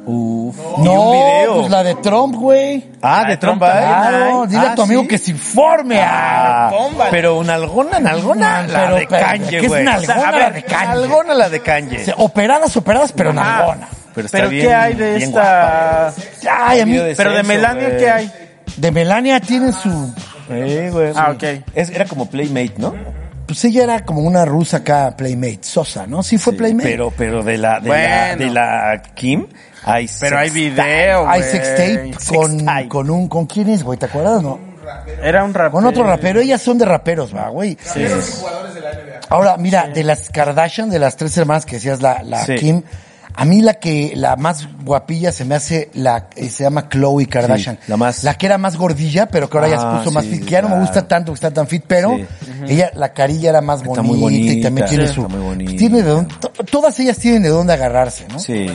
C: Uf. Y
A: No,
C: un video.
A: pues la de Trump, güey.
C: Ah, de
B: de Trump
C: trompa.
B: también.
A: Claro,
B: ay,
A: dile a
C: ah,
A: tu amigo
C: ¿sí?
A: que se informe. ah.
B: pómbale.
C: pero una algona, una algona,
A: Man,
C: la
A: pero-
C: de
A: pero,
C: Kanye,
A: ¿qué es
C: güey.
A: una
C: O sea,
A: algona
C: a
A: la
C: ver,
A: de Kanye?
C: algona la de Kanye.
A: O sea, operadas, operadas,
C: Ah.
A: pero nalgona.
C: pero está
B: Pero
C: bien-
B: ¿qué hay de
C: bien
B: esta?
A: Ay, a mí.
C: Video de-
B: Pero de
C: Descenso,
B: Melania,
C: güey.
B: ¿qué hay?
A: De Melania tiene su.
C: Eh, güey.
B: Ah,
C: sí.
B: ok.
C: Es- era como Playmate, ¿no?
A: Pues ella era como una rusa acá, Playmate, Sosa, ¿no? Sí fue
C: Sí,
A: Playmate.
C: Pero, pero de la, de la,
B: Bueno.
C: de la Kim, hay
B: Pero hay
C: sex-
B: video,
A: Hay
B: güey.
A: sextape con,
C: Sextape.
A: con un... ¿Con quién es, güey? ¿Te acuerdas, no?
B: Era un rapero.
A: Con otro rapero. Ellas son de raperos, va, güey.
D: jugadores de la NBA.
A: Ahora, mira, de las Kardashian, de las tres hermanas que decías, la, la
C: Sí.
A: Kim, a mí la que, la más guapilla se me hace, la, eh, se llama Chloe Kardashian.
C: Sí, la más-
A: que era más gordilla, pero que ahora ya
C: Ah,
A: se puso más
C: sí,
A: fit, que ya no me
C: claro.
A: gusta tanto que está tan fit, pero
C: Sí.
A: ella, la carilla era más
C: Está
A: bonita,
C: muy
A: y también
C: bonita,
A: tiene
C: sí.
A: su, pues,
C: está muy bonita.
A: tiene de dónde- to- todas ellas tienen de dónde agarrarse, ¿no?
C: Sí.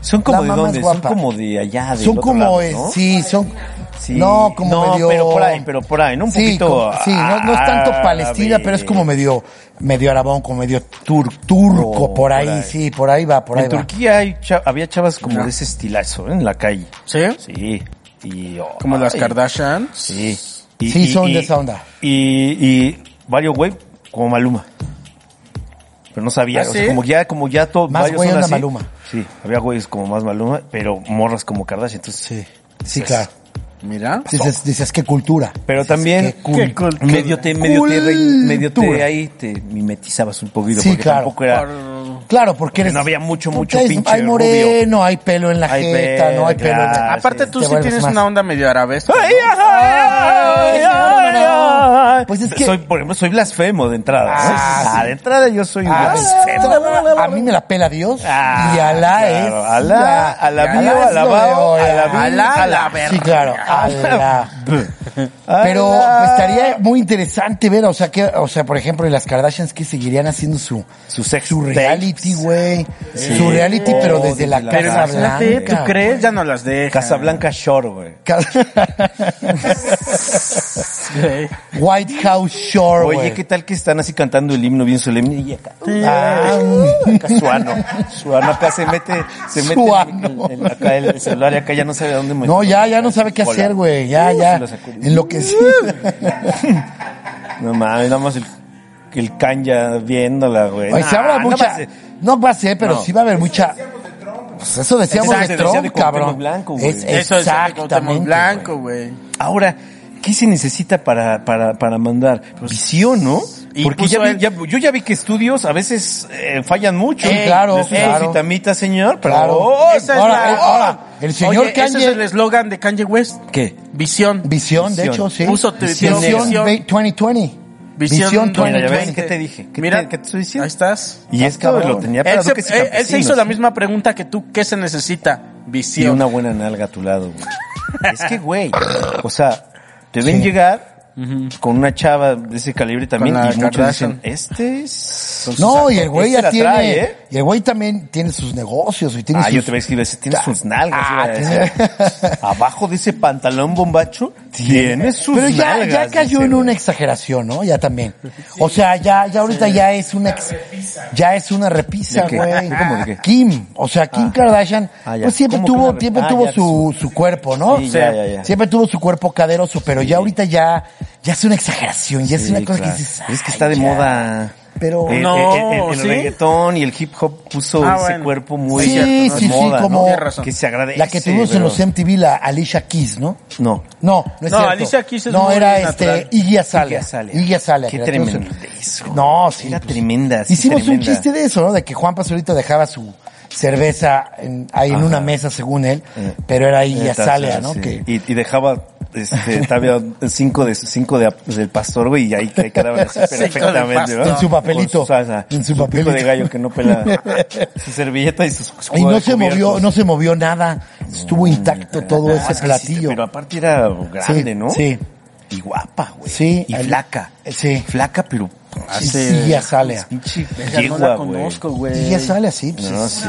C: Son como
A: La
C: de
A: mamá
C: dónde,
A: es
C: son
A: guapa.
C: como de allá, del
A: son
C: otro
A: como,
C: lado,
A: eh,
C: ¿no?
A: sí, son,
C: Sí.
A: no, como
C: No,
A: medio.
C: pero por ahí, pero por ahí, ¿no? Un
A: sí,
C: poquito
A: como- sí, no, no es tanto
C: árabe.
A: Palestina, pero es como medio, medio arabón, como medio tur- turco, por,
C: Por- Oh, por
A: ahí,
C: ahí.
A: sí, por ahí va, por ahí
C: en
A: va.
C: Turquía hay cha- había chavas como de ese estilazo ¿eh? en la calle.
B: ¿Sí?
C: Sí. Y, oh,
B: Como las
C: ay,
B: Kardashian.
C: Sí.
A: Sí, son de esa onda.
C: Y, y varios güey como Maluma. Pero no sabía,
B: ¿Ah,
C: o sea,
B: sí?
C: como ya, como ya todo,
A: Más
C: varios
A: güey
C: son
A: onda
C: así.
A: Maluma.
C: Sí, había güeyes como más Maluma, pero morras como Kardashian, entonces
A: Sí, sí, claro.
B: Mira.
A: Dices, dices, qué cultura.
C: Pero
A: Dices,
C: también
A: qué cul-
B: qué cultura.
C: medio te, medio te, re- medio te
A: Cultura.
C: ahí te mimetizabas un poquito
A: Sí,
C: porque
A: claro.
C: tampoco era
B: Por-
A: Claro, porque eres.
C: no había mucho, mucho
A: hay-
C: pinche
A: Hay moreno, hay pelo en la
C: Hay
A: jeta,
C: pelo,
A: no hay pelo en la.
C: claro.
B: Ah, Aparte
C: sí,
B: tú
A: te
B: sí
A: vuelves
B: tienes
A: más.
B: una onda medio arabesca.
C: Ay, ay, ay, ay, ay, ay.
A: Pues es que-
C: soy, por ejemplo, soy blasfemo de entrada. *laughs* ¿no?
A: Ah,
C: Ah, de entrada yo soy un
A: Ah,
C: blasfemo. *laughs*
A: a mí me la pela Dios
C: eh, Ah,
A: y Alá
C: claro,
A: es.
C: Alá, alabío,
A: es lo
C: alabao,
A: de hoy,
C: alabí,
A: Alá,
C: alaber.
A: Sí, claro,
C: Ah,
A: Alá. Pero
C: Alá.
A: pues, estaría muy interesante ver, o sea, que, o sea, por ejemplo, y las Kardashians que seguirían haciendo su
C: Su sex
A: su
C: tapes.
A: reality, güey,
C: Sí.
A: su reality,
C: Oh,
A: pero desde la Casa
C: desde la Casa Blanca.
B: Imagínate,
A: Blanca.
B: ¿tú crees? Ya no las dejan.
C: Casablanca Shore, güey.
A: Casa-
B: Sí.
A: *laughs* White House Shore,
C: Oye,
A: güey.
C: ¿qué tal que están así cantando el himno bien solemne? Y acá,
A: Ah,
C: acá Suano. Suano acá se mete, se mete
A: Suano.
C: el- el- acá el celular y acá ya no sabe a dónde
A: no, ya, ya no sabe qué hacer, güey. Ya,
C: Uh,
A: ya.
C: se lo sacudió.
A: En lo que
C: *laughs*
A: sí.
C: No mames, nada más el, el canja viéndola, güey.
A: Oye, se
C: Nah,
A: habla
C: nada
A: mucha.
C: más de-
A: No va a ser, pero
C: No.
A: sí va a haber mucha. Pues eso decíamos
C: Exacto,
A: de
C: decía de
A: Trump,
C: Cuauhtémoc
A: cabrón.
C: Blanco, güey.
A: es,
B: Eso es
A: exactamente.
B: Cuauhtémoc Blanco, güey.
C: Ahora, ¿qué se necesita para, para, para mandar? Visión, ¿no?
B: y
C: Porque
B: puso
C: ya vi-
B: él-
C: ya- yo ya vi que estudios a veces eh, fallan mucho.
A: Sí, claro,
C: De sus
A: claro.
C: vitamitas, señor, pero...
A: Claro.
C: ¡Oh!
A: Esa es Ahora, eh, ahora, el señor
B: Oye, ese
A: Kanye-
B: es el eslogan de Kanye West.
C: ¿Qué?
B: Visión.
A: Visión, de
C: Visión.
A: hecho, sí.
B: Puso tu-
A: Visión,
C: tiene
A: Visión
B: visión.
A: ve- 2020.
B: Visión
A: Visión
C: Mira, ya ves,
A: 2020.
C: ¿qué te dije? ¿Qué
B: Mira,
C: te, qué te estoy
B: ahí
C: diciendo?
B: estás.
C: Y esto
A: cabrón.
C: lo tenía para
B: Él se, eh,
C: Duques y
B: él- él se hizo
C: Campesinos.
B: la misma pregunta que tú. ¿Qué se necesita?
C: Y
B: Visión.
C: una buena nalga a tu lado, güey. Es que, güey, o sea, te ven llegar con una chava de ese calibre también
B: Con la
C: y muchos
B: Kardashian.
C: dicen, este es...
A: No, y el
C: Este
A: güey ya
C: la
A: tiene.
C: trae, ¿eh?
A: Y el güey también tiene sus negocios y tiene
C: Ah,
A: sus.
C: yo te voy a escribir, ese, tiene sus nalgas.
A: Ah,
C: iba a decir.
A: tiene-
C: *laughs* Abajo de ese pantalón bombacho, tiene sus
A: Pero ya,
C: nalgas.
A: ya cayó
C: dice,
A: en una
C: güey.
A: exageración, ¿no? Ya también. O sea, ya, ya ahorita ya es una ex- ya es una repisa,
C: ¿De qué?
A: güey.
C: ¿Cómo de qué?
A: Kim, o sea, Kim Kardashian,
C: Ah, ya.
A: pues siempre
C: ¿Cómo que
A: tuvo,
C: una
A: siempre
C: rep- ah,
A: tuvo
C: ya,
A: su, su cuerpo, ¿no?
C: Sí,
A: O sea,
C: ya, ya, ya.
A: siempre tuvo su cuerpo caderoso, pero ya ahorita ya, ya es una exageración, ya es
C: Sí,
A: una cosa
C: claro.
A: que dices.
C: Es que
A: "Ay,
C: está de
A: ya".
C: moda. Eh,
A: Pero-
C: El,
B: No,
C: el- el- el
B: ¿sí?
C: reggaetón y el hip hop puso
B: Ah,
C: ese
B: bueno.
C: cuerpo muy
A: Sí,
C: de
A: sí, sí,
C: moda,
A: como-
C: ¿no?
A: Tienes
B: razón.
C: que se agradece.
A: La que tuvimos en
C: pero-
A: los MTV, la Alicia Keys, ¿no?
C: No.
A: No, no es
B: No,
A: cierto.
B: Alicia Keys es
A: No,
B: muy
A: era
B: natural.
A: este Iggy Azalea.
C: Iggy Azalea.
A: Iggy Azalea.
C: Qué
A: que la tuvimos en-
C: tremendo eso.
A: No, sí.
C: Era
A: pues,
C: tremenda, sí,
A: Hicimos
C: tremenda.
A: un chiste de eso, ¿no? De que Juan Pazurito dejaba su cerveza en- ahí en
C: Ajá.
A: una mesa, según él,
C: Eh.
A: pero era Iggy
C: Neta,
A: Azalea,
C: sí,
A: ¿no?
C: sí.
A: Que,
C: Y, y dejaba este, todavía cinco de cinco de, del pastor, güey, y ahí que- quedaban así perfectamente,
B: pastor.
C: ¿no?
A: En su papelito.
C: Con su salsa,
A: En su
C: su pico
A: papelito.
C: de gallo que
A: *laughs*
C: no pela. su servilleta y sus
A: y no se
C: cubiertos.
A: movió, no se movió nada. Estuvo intacto todo
C: Ah,
A: ese
C: es que Mm, sí,
A: platillo.
C: pero aparte era grande,
A: Sí,
C: ¿no?
A: sí.
C: Y guapa, güey.
A: Sí,
C: Y
A: al-
C: flaca.
A: Sí.
C: Flaca, pero
B: Hace-
A: Iggy Azalea.
C: pinche
B: Verga, no la
C: yegua, güey.
B: conozco, güey.
A: Iggy Azalea, sí. pues,
C: No,
A: es-
C: sí.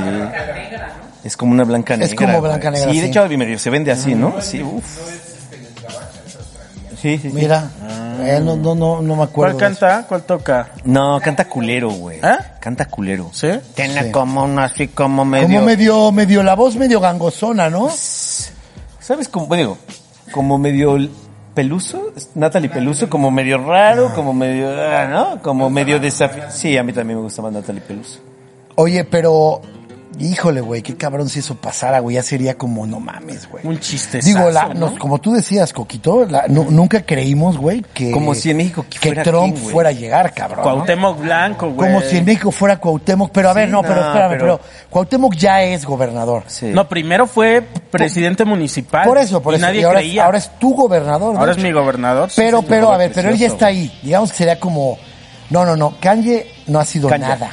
C: Es como una blanca negra.
A: Es como blanca
C: güey.
A: negra,
C: Sí, de
A: sí.
C: hecho, medio se vende así, ¿no? Sí, uff. Sí, Ah. sí, sí.
A: Mira, eh, no, no, no, no me acuerdo.
B: ¿Cuál
A: de eso.
B: canta? ¿Cuál toca?
C: No, canta culero, güey.
B: ¿Ah?
C: Canta culero.
B: ¿Sí?
C: Tiene
A: Sí.
C: como una así como medio...
A: Como medio, medio, la voz medio gangosona, ¿no?
C: ¿Sabes cómo? Digo, como medio peluso, Natalie Peluso, como medio raro, como medio... ah, ¿No? Como medio desafío. Sí, a mí también me gusta más Natalie Peluso.
A: Oye, pero, híjole, güey, qué cabrón si eso pasara, güey, ya sería como, no mames, güey.
B: Un chiste.
A: Digo, la- nos- como tú decías, Coquito, la- nu- nunca creímos, güey, que...
C: Como si en México
A: Que
C: fuera
A: Trump
C: quién, güey.
A: fuera a llegar, cabrón. ¿no?
B: Cuauhtémoc Blanco, güey.
A: Como si en México fuera Cuauhtémoc, pero a ver,
C: Sí,
A: no, pero
C: no,
A: espérame,
C: pero-
A: pero... Cuauhtémoc ya es gobernador.
C: Sí.
B: No, primero fue presidente municipal.
A: Por eso, por
B: y
A: eso.
B: nadie
A: y ahora, es-
B: creía.
A: ahora es tu gobernador. de
B: Ahora es
A: hecho.
B: mi gobernador. sí,
A: Pero,
B: señor.
A: pero, a ver, pero él ya
C: precioso,
A: está ahí. Digamos que sería como... No, no, no, Kanye no ha sido
C: Kanye.
A: nada.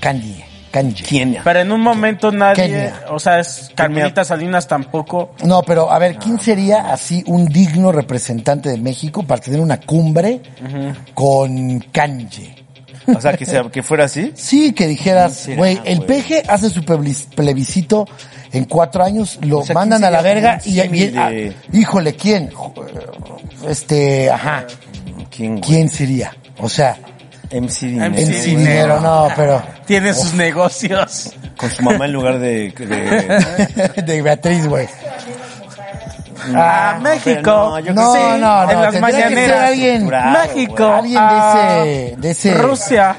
A: Kanye, Kanye.
C: Kenia.
B: Pero en un momento nadie,
A: Kenia.
B: o sea, es Carmelita Salinas tampoco.
A: No, pero a ver,
C: Ah.
A: ¿quién sería así un digno representante de México para tener una cumbre con Kanye?
C: O sea, que, sea, que fuera así.
A: Sí, que dijeras,
C: ¿Quién será,
A: güey, el
C: güey?
A: peje hace su plebis- plebiscito en cuatro años, lo
C: sea, ¿quién
A: mandan a la
C: sería
A: verga
C: como
A: y,
C: un
A: y-
C: símil
A: ah,
C: de-
A: híjole, ¿quién? Jo- Este, ajá,
C: ¿Quién, güey?
A: ¿quién sería? O sea,
C: MC Dinero.
B: MC
A: en
B: Sí,
A: sí
B: dinero.
A: dinero, no, pero
B: Tiene sus negocios.
C: Con su mamá en lugar de... de-
A: *laughs* de Beatriz, güey. Ah,
B: *laughs* a Ah, México.
C: pero no, yo
A: No,
B: Sí,
A: no, no,
B: En
A: tendría
B: las
A: que ser
B: mañaneras.
A: alguien-
C: Claro,
B: México.
A: Alguien
B: a
A: de ese, de ese
B: Rusia.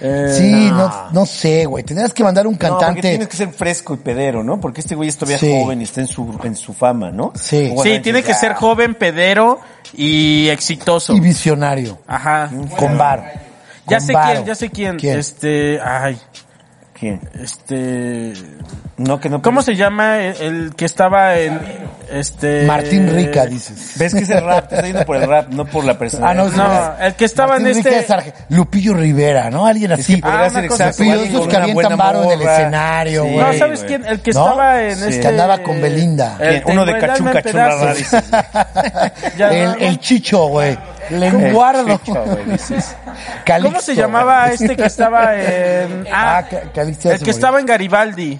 B: Eh,
A: Sí, no, no sé, güey. Tendrías que mandar un
C: No, porque
A: cantante.
C: tienes que ser fresco y pedero, ¿no? Porque este güey es todavía
A: Sí.
C: joven y está en su, en su fama, ¿no?
A: Sí.
C: Hugo
B: Sí,
C: Sánchez,
B: tiene que
C: ah,
B: ser joven, pedero y exitoso.
A: y visionario.
B: Ajá.
A: Con varo.
B: Ya
A: Con
B: sé
A: varo.
B: quién, ya sé quién. Este, ay,
C: ¿Quién?
B: este,
C: No, que no.
B: ¿cómo se llama el, el que estaba en este
A: Martín Rica, dices.
C: Ves que es el rap, te está yendo por el rap, no por
A: *laughs*
C: la
A: Ah,
C: personalidad.
A: no,
B: No, el que estaba en
A: Martín Rica
B: este-
A: es arge- Lupillo Rivera, ¿no? Alguien
C: Es que
A: así.
C: podría
B: Ah,
C: ser
B: una cosa
C: exacto.
A: así.
C: alguien
A: Esos
C: con
A: que
C: una
A: avientan
C: buena
A: varo en el
C: morra.
A: escenario, güey.
B: No, ¿sabes quién? El que
A: ¿No?
B: estaba en
A: Sí.
B: este
A: Que andaba con Belinda.
B: el
C: Uno de
B: Tengo el
C: cachun
B: alma en
C: cachun rara,
B: pedazos.
C: dices. ah,
A: *laughs*
B: Ya,
A: el, el chicho, güey. Lenguardo.
C: Chicho, güey, dices.
A: Calixto,
B: *laughs* ¿Cómo se llamaba
A: güey.
B: este que estaba en
A: Ah,
B: ah,
A: Ca- Calixto ya
B: el
A: se
B: que
A: murió.
B: estaba en Garibaldi?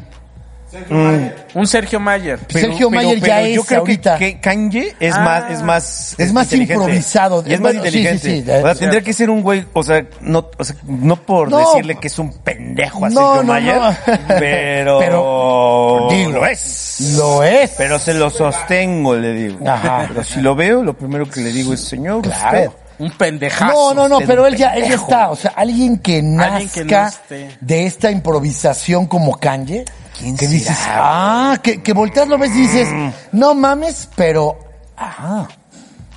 B: Mm. Un Sergio Mayer.
A: Sergio Mayer ya es
C: yo creo que-
A: ahorita.
C: Que, Kanye es
B: Ah.
C: más, es más,
A: Es más
C: inteligente.
A: improvisado.
C: Y es más
A: Bueno, sí, sí,
C: inteligente.
A: sí,
C: O sea,
A: es
C: tendría que ser un güey, o sea, no, o sea, no por
A: No.
C: decirle que es un pendejo así
A: No,
C: como
A: no,
C: ayer,
A: no.
C: *laughs* pero,
A: Pero, digo,
C: lo es.
A: Lo es.
C: Pero se lo sostengo, le digo.
A: Ajá.
C: Pero si lo veo, lo primero que le digo es, señor,
A: Claro.
C: usted,
B: Un pendejazo.
A: No, no, no,
C: usted
A: pero
C: un
A: él ya, él ya
C: pendejo.
A: está. O sea, alguien que
B: Alguien que no
A: nazca
B: esté.
A: de esta improvisación como Kanye.
C: ¿Quién
A: que dices,
C: será? Mm.
A: ah, que, que volteas lo ves y dices, no mames, pero, ajá,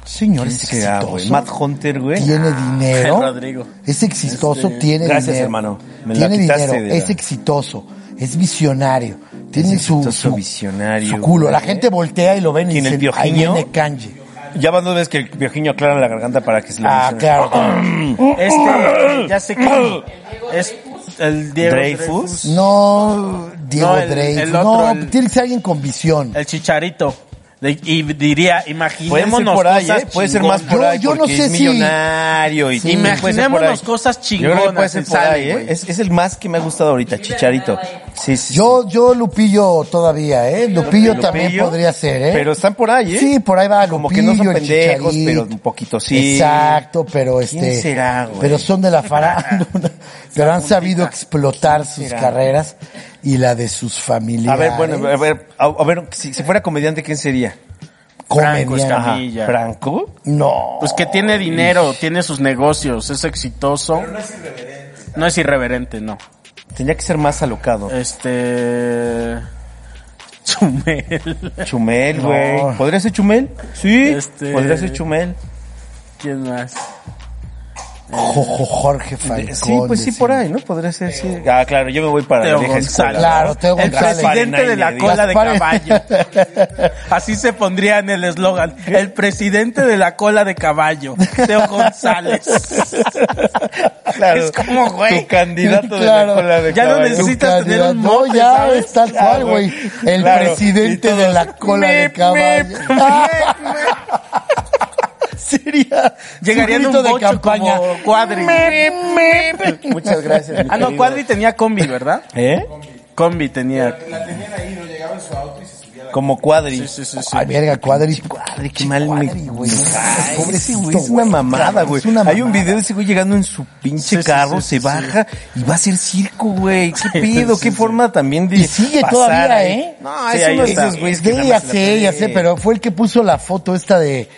A: señor,
C: ¿quién
A: es
C: será, ah, güey?
A: exitoso.
C: Matt Hunter, güey.
A: Tiene dinero.
B: Rodrigo.
A: Es exitoso, tiene
C: Este, gracias,
A: dinero.
C: hermano. Me la
A: tiene
C: quitaste
A: dinero,
C: de la-
A: es exitoso, es visionario. Tiene su,
C: exitoso,
A: su-
C: visionario,
A: su culo. La
C: güey.
A: gente voltea y lo ven y
C: Tiene el
A: dicen, ahí
C: piojiño".
A: viene Kanye.
C: Ya van dos veces que el Piojiño aclara la garganta para que se le
A: Ah,
C: mencione.
A: claro. *coughs*
C: *clears throat*
B: Este, ya sé quién. Es el Diego
C: Dreyfus.
A: No, Diego
B: No, el-
A: Dreyfus.
B: el otro,
A: no,
B: el-
A: tiene que ser alguien con visión.
B: El Chicharito. De- y diría, imagínate.
C: Podemos por ahí, ¿eh? Puede ser más por
A: Yo-
C: ahí.
A: yo no
C: porque
A: sé
C: es
A: si-
C: millonario. Y
A: Sí.
C: tiene- puede ser por
B: Imaginémonos
C: ahí.
B: cosas
C: Yo creo que puede
B: chingonas,
C: ser
B: el
C: por ahí,
B: Sally,
C: ¿eh?
B: güey.
C: Es, es el más que me ha gustado ahorita, Chicharito. Sí, sí.
A: Yo, yo Lupillo todavía, ¿eh? Lupillo, también
C: Lupillo,
A: podría ser, ¿eh?
C: Pero están por ahí, ¿eh?
A: Sí, por ahí va
C: Como
A: Lupillo,
C: que no son
A: el
C: pendejos,
A: Chicharito.
C: pero un poquito sí.
A: Exacto, pero este.
C: será, güey? Ah,
A: Pero son de la farándula. pero han sabido explotar sus
C: será?
A: carreras y la de sus
C: A
A: familiares.
C: ver, bueno, eh, a ver, a, a ver, si, si fuera comediante, ¿quién sería?
B: Franco
A: Comediante.
B: Escamilla.
C: Ajá.
B: Camilla.
C: ¿Franco?
A: No.
B: Pues que tiene dinero, tiene sus negocios, es exitoso. no es irreverente. No es irreverente, no.
C: Tenía que ser más alocado.
A: Eh,
B: Este. *laughs* Chumel.
C: Chumel, güey.
A: No.
C: ¿Podría ser Chumel? Sí.
B: Este-
C: Podría ser Chumel.
B: ¿Quién más?
A: Jojo Jorge Falcón.
C: sí, pues sí,
A: decimos.
C: por ahí, ¿no? Podría ser, sí. Ah, claro, yo me voy para
B: Teo
C: la vieja escuela.
B: González.
A: Claro, Teo
B: El
A: González.
B: presidente de la
C: Gasparini,
B: cola de
A: Gasparini.
B: caballo.
A: *laughs*
B: Así se pondría en el eslogan. El presidente de la cola de caballo.
A: *laughs*
B: Teo González.
C: *laughs* Claro.
B: Es como, güey.
C: Tu candidato
A: Claro.
C: de la cola de
B: Ya no
C: caballo. Ah,
B: necesito- necesitas
A: Nunca
B: tener
A: dirás,
B: un
A: No,
B: mote,
A: ya
B: ¿sabes?
A: es tal cual,
C: Claro.
A: güey. El
C: Claro.
A: presidente
C: Y
A: de
C: todos,
A: la cola de *laughs*
B: "Mip,
A: caballo.
B: mip,
C: *laughs*
A: Sería
B: Llegaría en
A: su
B: un
A: grito
B: bocho de campaña. como Cuadri.
C: Muchas gracias. mi
B: Ah, no,
C: querido.
B: Cuadri tenía combi, ¿verdad?
C: ¿Eh?
B: Combi tenía.
C: Como cuadri.
B: Sí, sí, sí, sí.
A: Ay, verga, cuadri.
C: Padre, qué mal me...
A: Padre, güey.
C: Ay, ese
A: Pobrecito,
C: güey es una mamada,
A: cabrón,
C: güey.
A: es una
C: Hay un
A: mamada.
C: video de ese güey llegando en su pinche
B: Sí, sí,
C: carro,
B: sí, sí,
C: se baja y va a hacer circo, güey. Qué pedo,
B: sí,
C: qué
B: sí.
C: forma también de
A: Y sigue
C: pasar
A: todavía,
C: ahí.
A: ¿eh?
C: No,
B: Sí,
C: es
B: ahí
C: uno de
B: está.
C: esos güeyes que
A: Sí,
C: nada
A: ya
C: más se la
A: sé, ya
C: pone.
A: sé, eh, *laughs* pero fue el que puso la foto esta de,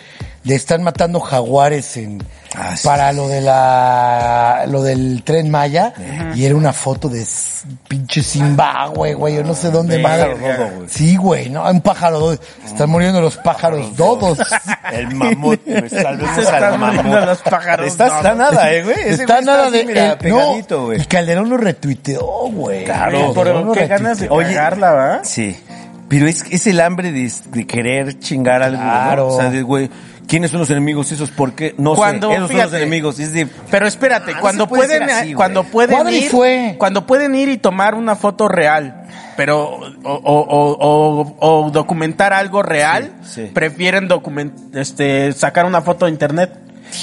A: de están matando jaguares en
C: Ah, sí.
A: para lo de la lo del tren Maya y era una foto de s- pinche Zimbabue, güey, yo no sé dónde más.
C: Pájaro dodo, güey. Mm.
A: Sí, güey, no, un pájaro dodo. Están muriendo los pájaros dodos. *laughs*
C: El mamut, *laughs* güey. Salvemos
B: Se están
C: al mamut.
B: muriendo los pájaros
C: Está, está *laughs*
B: dodos.
C: nada, eh, güey. Ese güey
A: Está nada
C: así,
A: de
C: mira,
A: el- no,
C: pegadito, güey.
A: y Calderón lo retuiteó, güey. Calderón
C: Claro.
B: Pero
A: lo
B: qué ganas de
A: retuiteó.
C: Oye,
B: cagarla, ¿verdad?
C: Sí. Pero es, es el hambre de, de querer chingar algo. ¿no?
A: Claro.
C: O sea, de, güey, ¿quiénes son los enemigos? ¿Esos por qué? No
B: Cuando,
C: sé. Esos son
B: fíjate.
C: los enemigos. Es de.
B: Pero espérate,
C: Ah, no
B: cuando
C: se puede
B: pueden,
C: ser así, güey.
B: cuando pueden
A: Cuadri
B: ir,
A: fue.
B: cuando pueden ir y tomar una foto real, pero o, o- o- o- o documentar algo real,
C: Sí, sí.
B: prefieren document, este, sacar una foto de internet.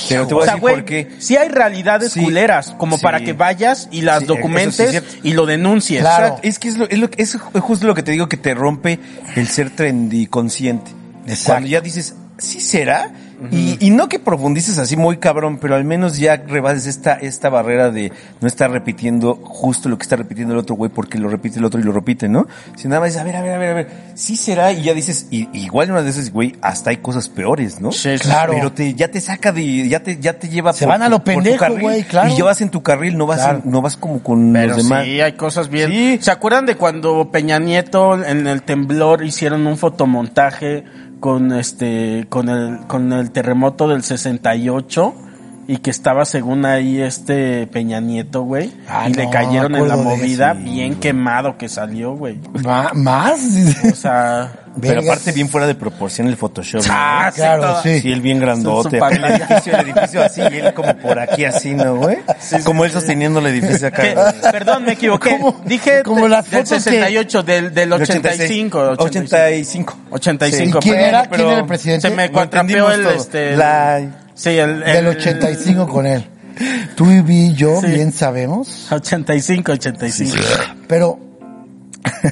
C: Pero te voy
B: O sea,
C: a decir
B: güey,
C: por qué.
B: sí hay realidades
C: Sí,
B: culeras, como
C: sí.
B: para que vayas y las
C: Sí, eso sí es
B: documentes
C: cierto.
B: y lo denuncies.
A: Claro.
C: Exacto. Es que es, lo, es, lo- es justo lo que te digo que te rompe el ser trendy consciente.
A: Exacto.
C: Cuando ya dices, sí será. Y, y no que profundices así muy cabrón, pero al menos ya rebases esta, esta barrera de no estar repitiendo justo lo que está repitiendo el otro güey porque lo repite el otro y lo repite, ¿no? Si nada más es, a ver, a ver, a ver, a ver, sí será y ya dices, y, igual en una de esas, güey, hasta hay cosas peores, ¿no?
B: Sí, sí,
A: Claro.
C: Pero te, ya te saca de, ya te, ya te lleva
A: Se
C: por
A: van a
C: tu-
A: lo
C: por tu
A: pendejo,
C: carril
A: güey, claro.
C: Y ya vas en tu carril, no vas,
A: Claro.
C: en- no vas como con
B: Pero
C: los demás.
B: sí, hay cosas bien.
C: Sí.
B: ¿Se acuerdan de cuando Peña Nieto en el temblor hicieron un fotomontaje con este con el con el terremoto del 68 y que estaba según ahí este Peña Nieto, güey,
A: Ah,
B: y
A: no,
B: le cayeron en la
A: acuerdo de
B: movida
A: eso.
B: bien quemado que salió, güey.
A: Ma- más *laughs*
B: O sea,
C: Pero
A: Vergas.
C: aparte bien fuera de proporción el Photoshop. ¿no?
B: ah, sí,
A: claro,
B: toda-
A: sí.
C: Sí, él bien
B: Su- su
C: grandote. El
B: pantalla.
C: edificio, el edificio así y él como por aquí así, ¿no, güey? como él sosteniendo el edificio acá.
B: Que-
C: güey.
B: perdón,
A: *laughs*
B: me equivoqué.
A: Como-
B: Dije
A: como
B: de-
A: las
B: del
A: fotos que-
B: 68, del, del
C: El
B: 85.
C: 85.
B: 85.
A: ¿Y quién
B: perdón,
A: era? ¿Quién
B: pero
A: era el presidente?
B: Se me
A: Lo
B: contrapeó
C: entendimos
B: el,
C: todo.
B: este, el-
C: La-
B: sí, el, el-
C: Eh.
A: del 85 con él. Tú y vi y yo
B: Sí.
A: bien sabemos,
B: 85, 85.
A: pero *laughs*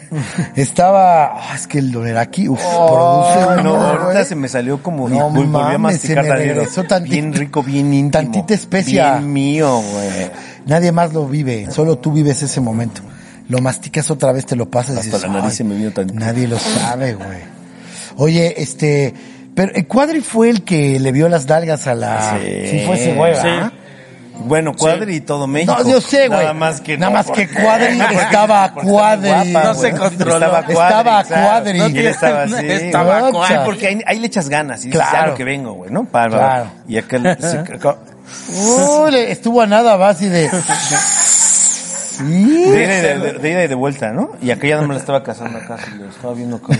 A: estaba, ah, es que el Doneraki, uf, produce ¿eh?
C: Ay, Oh, no,
A: uno,
C: ahorita
A: güey.
C: se me salió como
A: No
C: y vol- volví a
A: mames, se
C: masticar
A: me
C: tantito.
A: regresó tantito-
C: bien rico, bien íntimo.
A: tantita especia.
C: Bien mío, güey.
A: Nadie más lo vive, solo tú vives ese momento. Lo masticas otra vez, te lo pasas. y
C: Hasta la nariz
A: "Ay,
C: se me vino tantito".
A: Nadie lo sabe, güey. Oye, este, pero el Cuadri fue el que le vio las nalgas a la...
C: Sí.
A: Ah, Sí, fue ese güey,
B: Sí.
A: ¿verdad?
C: Bueno, Cuadri y todo México.
A: No, yo sé, güey.
C: Nada más que
A: Nada
C: no,
A: más
C: porque-
A: que
C: *laughs*
A: Cuadri
C: porque-
A: estaba
C: porque está muy
A: Cuadri,
C: guapa,
B: No se
C: güey.
B: controló.
C: Estaba Cuadri.
A: Estaba
C: claro.
A: Cuadri.
C: No, y él estaba así.
B: Estaba
C: güey.
A: Guacha.
C: Sí, porque ahí, ahí le echas ganas. Y dices,
A: Claro.
C: claro. lo que vengo, güey, ¿no? Para,
A: Claro. *laughs*
C: Y aquel... se-
A: Uy, le- estuvo a nada más y de... Sí.
C: De ida, y de, de ida y de vuelta, ¿no?
A: *laughs*
C: Y aquella no me la estaba casando acá, y lo estaba viendo con...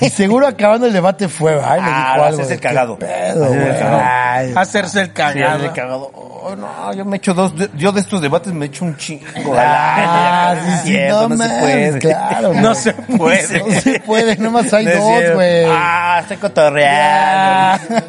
A: Y seguro acabando el debate fue, ay, me
C: Ah,
A: dijo
C: va
A: algo.
C: a hacerse
A: de
C: el
A: qué
C: cagado.
A: pedo,
C: Va a hacer el
A: güey.
C: cagado. Ah,
A: Ay,
B: Hacerse el
C: Sí, de
B: cagado.
C: cagado. Oh, no, yo me echo dos. de- Yo de estos debates me echo un chingo. *laughs*
A: Ah, sí,
C: Es
A: sí,
C: cierto,
A: no mames,
C: *laughs*
A: claro, güey.
B: no se puede.
A: No se puede, nomás hay
C: No es
A: dos,
C: cierto.
A: güey.
C: Ah, está cotorreando.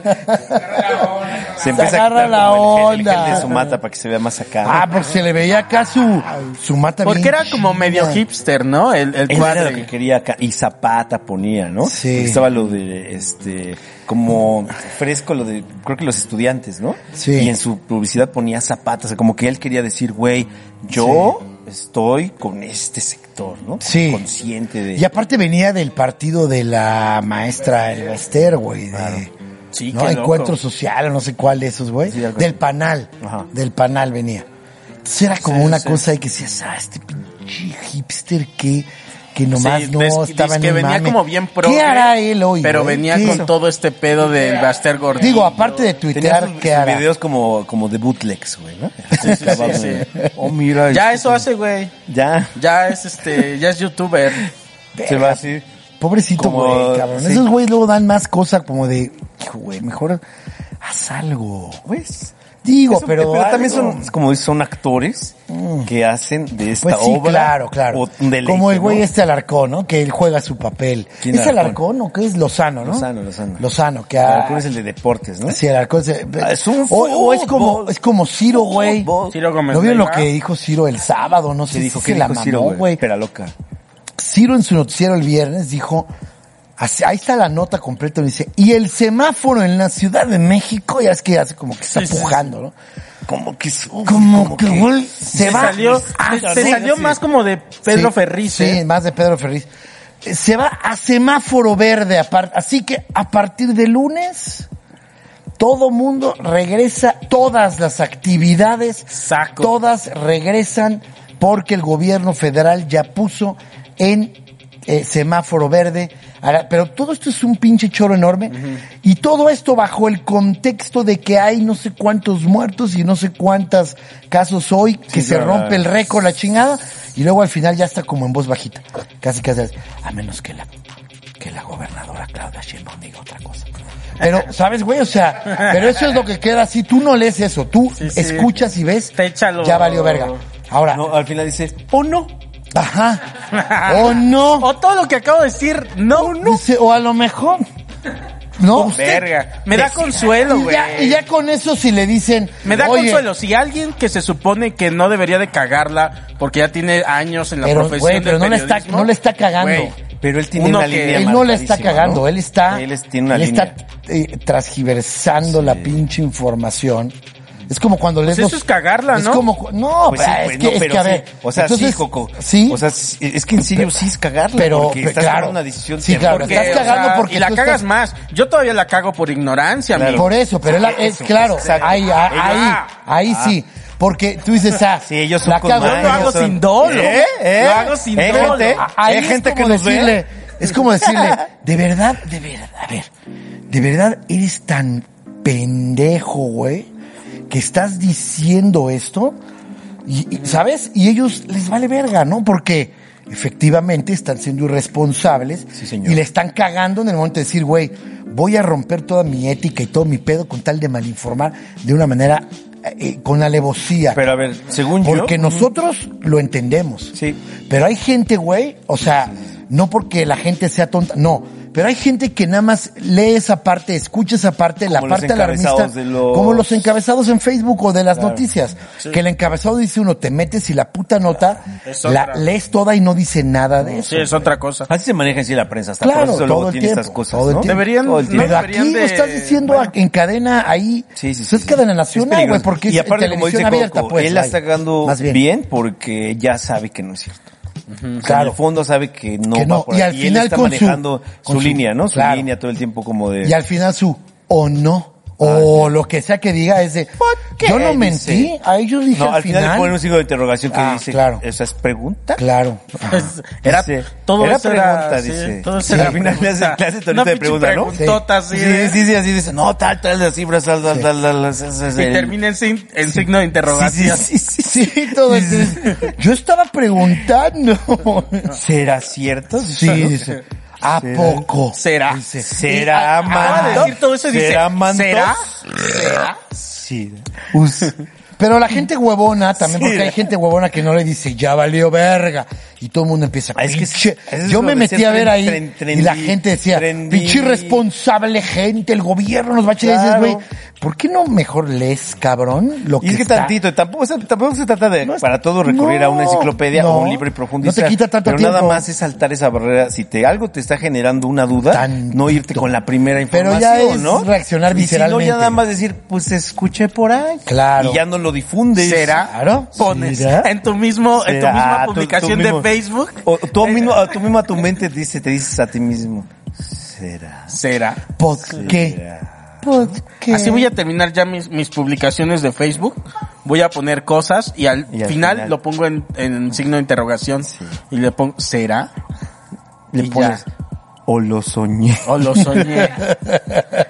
C: Se empieza a
A: agarra
C: quitar
A: la
C: como el gel, el
A: onda.
C: gel de su mata para que se vea más acá.
A: Ah, porque se le veía acá su, su mata
B: Porque
A: bien
B: era como medio
A: chida.
B: hipster, ¿no? El, el
C: Eso era
B: cuadro.
C: lo que quería acá. Y Zapata ponía, ¿no?
A: Sí.
C: Porque Estaba lo de, este, como fresco lo de, creo que los estudiantes, ¿no?
A: Sí.
C: Y en su publicidad ponía Zapata. O sea, como que él quería decir, güey, yo estoy con este sector, ¿no?
A: Sí.
C: Consciente de...
A: Y aparte venía del partido de la maestra Elvester, güey. de-
B: Sí,
A: ¿no?
B: qué loco.
A: Encuentro social, o no sé cuál de esos, güey.
C: Sí, algo
A: del
C: así.
A: panal.
C: Ajá.
A: Del panal venía. Entonces era como
B: Sí,
A: una
B: sí.
A: cosa de que decías, ah, este pinche hipster que, que nomás
B: Sí,
A: no
B: des-
A: estaba en
B: dizque
A: el
B: venía
A: mame.
B: como bien pro.
A: ¿Qué hará él hoy?
B: Pero
A: güey?
B: venía
A: ¿Qué?
B: con todo este pedo del Baster Gordillo.
A: Digo, aparte de
C: Tenía
A: tuitear,
C: sus-
A: ¿qué
C: sus
A: hará?
C: videos como, como de bootlegs, güey,
A: *laughs*
C: ¿no?
B: Sí, sí, sí, sí.
C: Oh, mira.
B: Ya
C: este-
B: eso hace, güey.
C: Ya.
B: Ya es este, ya es youtuber.
C: Se va así.
A: Pobrecito,
C: Como-
A: güey, cabrón.
C: sí.
A: Esos güeyes luego dan más cosas como de, hijo, güey, mejor haz algo.
C: Pues...
A: Digo,
C: Eso-
A: pero,
C: también
A: algo. Mm.
C: son, como dices, son actores que hacen de esta
A: Pues sí,
C: obra
A: claro, claro.
C: o un deleite,
A: Como el güey
C: ¿no?
A: este Alarcón, ¿no? Que él juega su papel.
C: ¿Quién
A: ¿Es
C: Alarcón?
A: Alarcón o qué es Lozano, no?
C: Lozano, Lozano.
A: Lozano, que ha...
C: Alarcón es el de deportes, ¿no?
A: ah, Sí, Alarcón se-
C: Ah, es un
A: o, o es
C: fútbol.
A: como es como Ciro, güey.
C: Fútbol.
B: Ciro Gómez
A: ¿No vieron lo
B: Leiva?
A: que dijo Ciro el sábado? No
C: Se
A: sé
C: dijo
A: si
C: que
A: se la
C: dijo Ciro,
A: mamó,
C: güey.
A: güey.
C: Pera loca.
A: Ciro en su noticiero el viernes dijo, así- ahí está la nota completa, dice, y el semáforo en la Ciudad de México, ya es que hace como que está
B: Sí, sí, sí.
A: pujando, ¿no?
C: Como que su-
A: Como, que, güey, se
B: Te
A: va.
B: salió,
A: Ah,
B: te, te
A: sí.
B: salió más como de Pedro
A: Sí,
B: Ferriz.
A: Sí,
B: ¿eh?
A: más de Pedro Ferriz. Eh, Se va a semáforo verde. a par- Así que a partir de lunes, todo mundo regresa, todas las actividades,
B: Saco.
A: todas regresan porque el gobierno federal ya puso en eh, semáforo verde. Ahora, Pero todo esto es un pinche choro enorme. Y todo esto bajo el contexto de que hay no sé cuántos muertos y no sé cuántas casos hoy que se
C: claro.
A: rompe el récord, la chingada, y luego al final ya está como en voz bajita. Casi casi a menos que la que la gobernadora Claudia Sheinbaum diga otra cosa.
B: *laughs*
A: Pero sabes, güey, o sea, pero eso es lo que queda así, tú no lees eso, tú
B: Sí, sí.
A: escuchas y ves,
B: Te échalo.
A: ya valió verga. Ahora,
C: No, al final dice, oh no.
B: *laughs*
A: ajá. *laughs* O no,
B: O todo lo que acabo de decir, no, no.
A: dice, o a lo mejor no.
B: Verga. Me da consuelo,
A: Y
B: güey.
A: ya, y ya con eso si le dicen,
B: Me da
A: "Oye,
B: consuelo. Si alguien que se supone que no debería de cagarla porque ya tiene años en la
A: Pero,
B: profesión
A: güey, pero
B: del
A: no le está-
B: periodismo,
A: no le está cagando.
B: güey,
C: Pero él tiene
B: Uno
C: una
B: que-
C: línea
A: Él no le está
C: marcadísima,
A: cagando,
C: ¿no?
A: él está,
C: Él es- tiene una
A: él
C: línea.
A: está eh, transgiversando la pinche información. Es como cuando lees
B: eso
A: los-
B: es cagarla,
A: es
B: ¿no?
A: como cu- no,
C: Pues sí,
A: es
C: güey,
A: que,
C: no,
A: es
C: pero
A: que a
C: sí.
A: ver,
C: O sea, sí,
A: entonces,
C: Coco.
A: sí,
C: O sea, sí, es que en serio sí es cagarla.
A: pero-
C: porque
A: pero
C: estás
A: claro.
C: tomando una decisión
A: Sí, claro,
C: terrible.
A: Estás
B: que,
A: cagando porque
B: y la
A: tú
B: cagas
A: estás-
B: más. Yo todavía la cago por ignorancia, amigo.
A: por eso, pero él- es claro,
C: exacto.
A: ahí, a- ahí,
B: Ah,
A: ahí sí, porque tú dices, ah,
C: Sí, ellos son
A: la
C: con
A: cago,
C: madre,
B: Lo hago
C: ellos son-
B: sin dolo.
C: ¿Eh? ¿Eh?
B: Lo hago sin
C: ¿Eh,
B: dolo.
C: gente?
A: A- Ah, ahí
C: Hay
A: es
C: gente
A: como
C: que nos ve.
A: decirle, es como decirle, de verdad, de verdad, a ver, de verdad eres tan pendejo, güey, que estás diciendo esto, y, y, ¿sabes? Y ellos les vale verga, ¿no? Porque efectivamente están siendo irresponsables
C: Sí, señor.
A: y le están cagando en el momento de decir, güey, voy a romper toda mi ética y todo mi pedo con tal de malinformar de una manera eh, con alevosía.
C: Pero a ver, según yo.
A: Porque nosotros lo entendemos.
C: Sí.
A: Pero hay gente, güey, o sea, no porque la gente sea tonta, no. Pero hay gente que nada más lee esa parte, escucha esa parte, la
C: Como los
A: parte alarmista,
C: encabezados de los-
A: como los encabezados en Facebook o de las noticias. Que el encabezado dice uno, te metes y la puta nota
B: Es
A: la
B: otra.
A: lees toda y no dice nada de eso.
B: Sí, es
C: *laughs*
B: otra cosa. *laughs*
C: Así se maneja en sí la prensa. Hasta
A: Claro,
C: por eso
A: todo
C: luego
A: el
C: tiene
A: tiempo,
C: estas cosas,
A: todo el
C: ¿no?
A: tiempo.
B: Deberían-
C: Todo el tiempo.
A: Pero
B: No
A: aquí
B: deberían
A: lo
B: de-
A: estás diciendo
B: bueno.
A: en cadena ahí.
C: Sí, sí, sí.
A: Eso es
C: sí.
A: cadena
C: Es
A: nacional, güey,
C: peligroso.
A: porque
C: y
A: es
C: aparte, como dice
A: televisión
C: Coco,
A: abierta, pues.
C: él la
A: vaya.
C: está cagando
A: Más
C: bien. porque ya sabe que no es cierto. O sea,
A: Claro.
C: En el fondo sabe que no,
A: Que no,
C: va por
A: y
C: ahí.
A: al
C: él
A: final
C: está
A: con su-
C: manejando su,
A: con su-
C: línea, ¿no? Su
A: claro.
C: línea todo el tiempo como de...
A: Y al final su o no, o lo que sea que diga es de,
C: Ah, ¿Por qué?
A: yo no mentí,
C: Dice.
A: a ellos dije
C: no,
A: al final.
C: le ponen un signo de interrogación que
A: Ah,
C: dice...
A: claro.
C: ¿Esa es pregunta?
A: Claro.
B: Es- Era
C: Dice,
B: todo
C: era
B: eso
C: pregunta,
B: era, sí,
C: dice.
B: todo eso
C: Sí,
B: era
C: al final le hace
B: pregunta.
C: clase de
B: Una
C: ahorita de
B: pinche
C: pregunta, ¿no?
B: preguntota así
C: Sí,
B: de-
C: sí, sí, así dice, no, tal, tal, las cifras, tal, tal, tal, tal, las- esas-
B: Y
C: el-
B: termina en, sin- en signo de interrogación.
C: Sí, sí, sí, *laughs* sí, sí.
A: Sí, todo
C: Sí, sí, *laughs*
A: es- Yo estaba preguntando.
C: ¿Será cierto?
A: Sí, dice. ¿A poco?
B: ¿Será?
A: Dice,
C: ¿Será
B: Acaba de
C: manto?
B: decir todo eso y dice,
C: ¿Será manto?
B: ¿será? ¿Será?
C: Sí.
A: Us-
C: Pues,
A: *laughs* Pero la gente huevona también, porque hay gente huevona que no le dice, ya valió verga. Y todo el mundo empieza,
C: Ah, es que
A: "Pinche".
C: es- es
A: Yo
C: lo
A: me
C: de
A: metí
C: ser
A: a ver
C: tren-
A: ahí
C: tren-
A: y la
C: trendy-
A: gente decía,
C: trendy.
A: pinche irresponsable gente, el gobierno nos va a echar. Y dices,
C: Claro.
A: güey, ¿por qué no mejor lees, cabrón, lo que
C: Y es que
A: está?
C: tantito, tampoco, se- tampoco se trata de para todo recurrir a una
A: no,
C: enciclopedia o
A: no,
C: un libro y
A: no te
C: profundizar.
A: quita tanto
C: pero nada
A: tiempo.
C: más es saltar esa barrera. Si te algo te está generando una duda,
A: Tantito.
C: no irte con la primera
A: Pero
C: información,
A: ya es
C: ¿no?
A: reaccionar
C: Y si no,
A: visceralmente.
C: ya nada más decir, pues escuché por ahí.
A: Claro.
C: Y ya no lo difundes.
B: ¿Será?
A: Claro.
B: Pones
A: ¿Será?
B: en tu mismo, en tu
C: Será, Ah,
B: misma
C: tú- tú
B: publicación
C: mismo.
B: de Facebook.
C: O tú mismo, a- tú mismo a tu mente dice, te dices a ti mismo, será.
B: Será.
A: ¿Por qué?
C: será.
A: ¿Por qué?
B: Así voy a terminar ya mis, mis publicaciones de Facebook. Voy a poner cosas y al,
C: Y al
B: final,
C: final.
B: lo pongo en, en signo de interrogación. Y le pongo, ¿será?
C: Le
B: Y ya.
C: pones, o lo soñé.
B: O
C: *laughs*
B: lo soñé.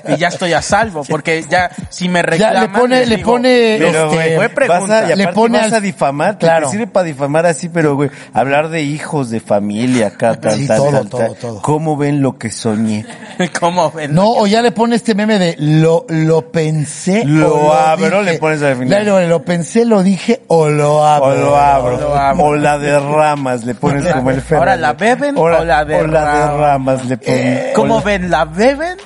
B: y ya estoy a salvo, porque ya si me
A: Ya
B: reclaman...
A: le pone,
B: les
A: le
B: digo,
A: pone,
C: Pero,
A: este,
C: güey,
B: fue pregunta.
C: vas a, y
A: Le
C: aparte
A: pone
C: vas
A: al-
C: a difamar,
A: Claro.
C: claro. sirve para difamar así, pero güey, hablar de hijos, de familia, acá, tal,
A: Sí,
C: tal,
A: todo,
C: tal,
A: todo,
C: tal.
A: todo.
C: ¿Cómo ven lo que soñé?
B: *laughs* ¿Cómo ven?
A: No, o ya le pone este meme de lo, lo pensé. o
C: Lo abro,
A: dije.
C: le pones al final.
A: Claro, lo pensé, lo dije o lo abro.
C: O lo abro,
B: lo abro.
C: o la derramas, le pones como el Fernando.
B: Ahora, ¿la beben o la
C: O la
B: derramas?
C: derramas, le pones.
B: ¿Cómo
C: O la-
B: ven? ¿La beben?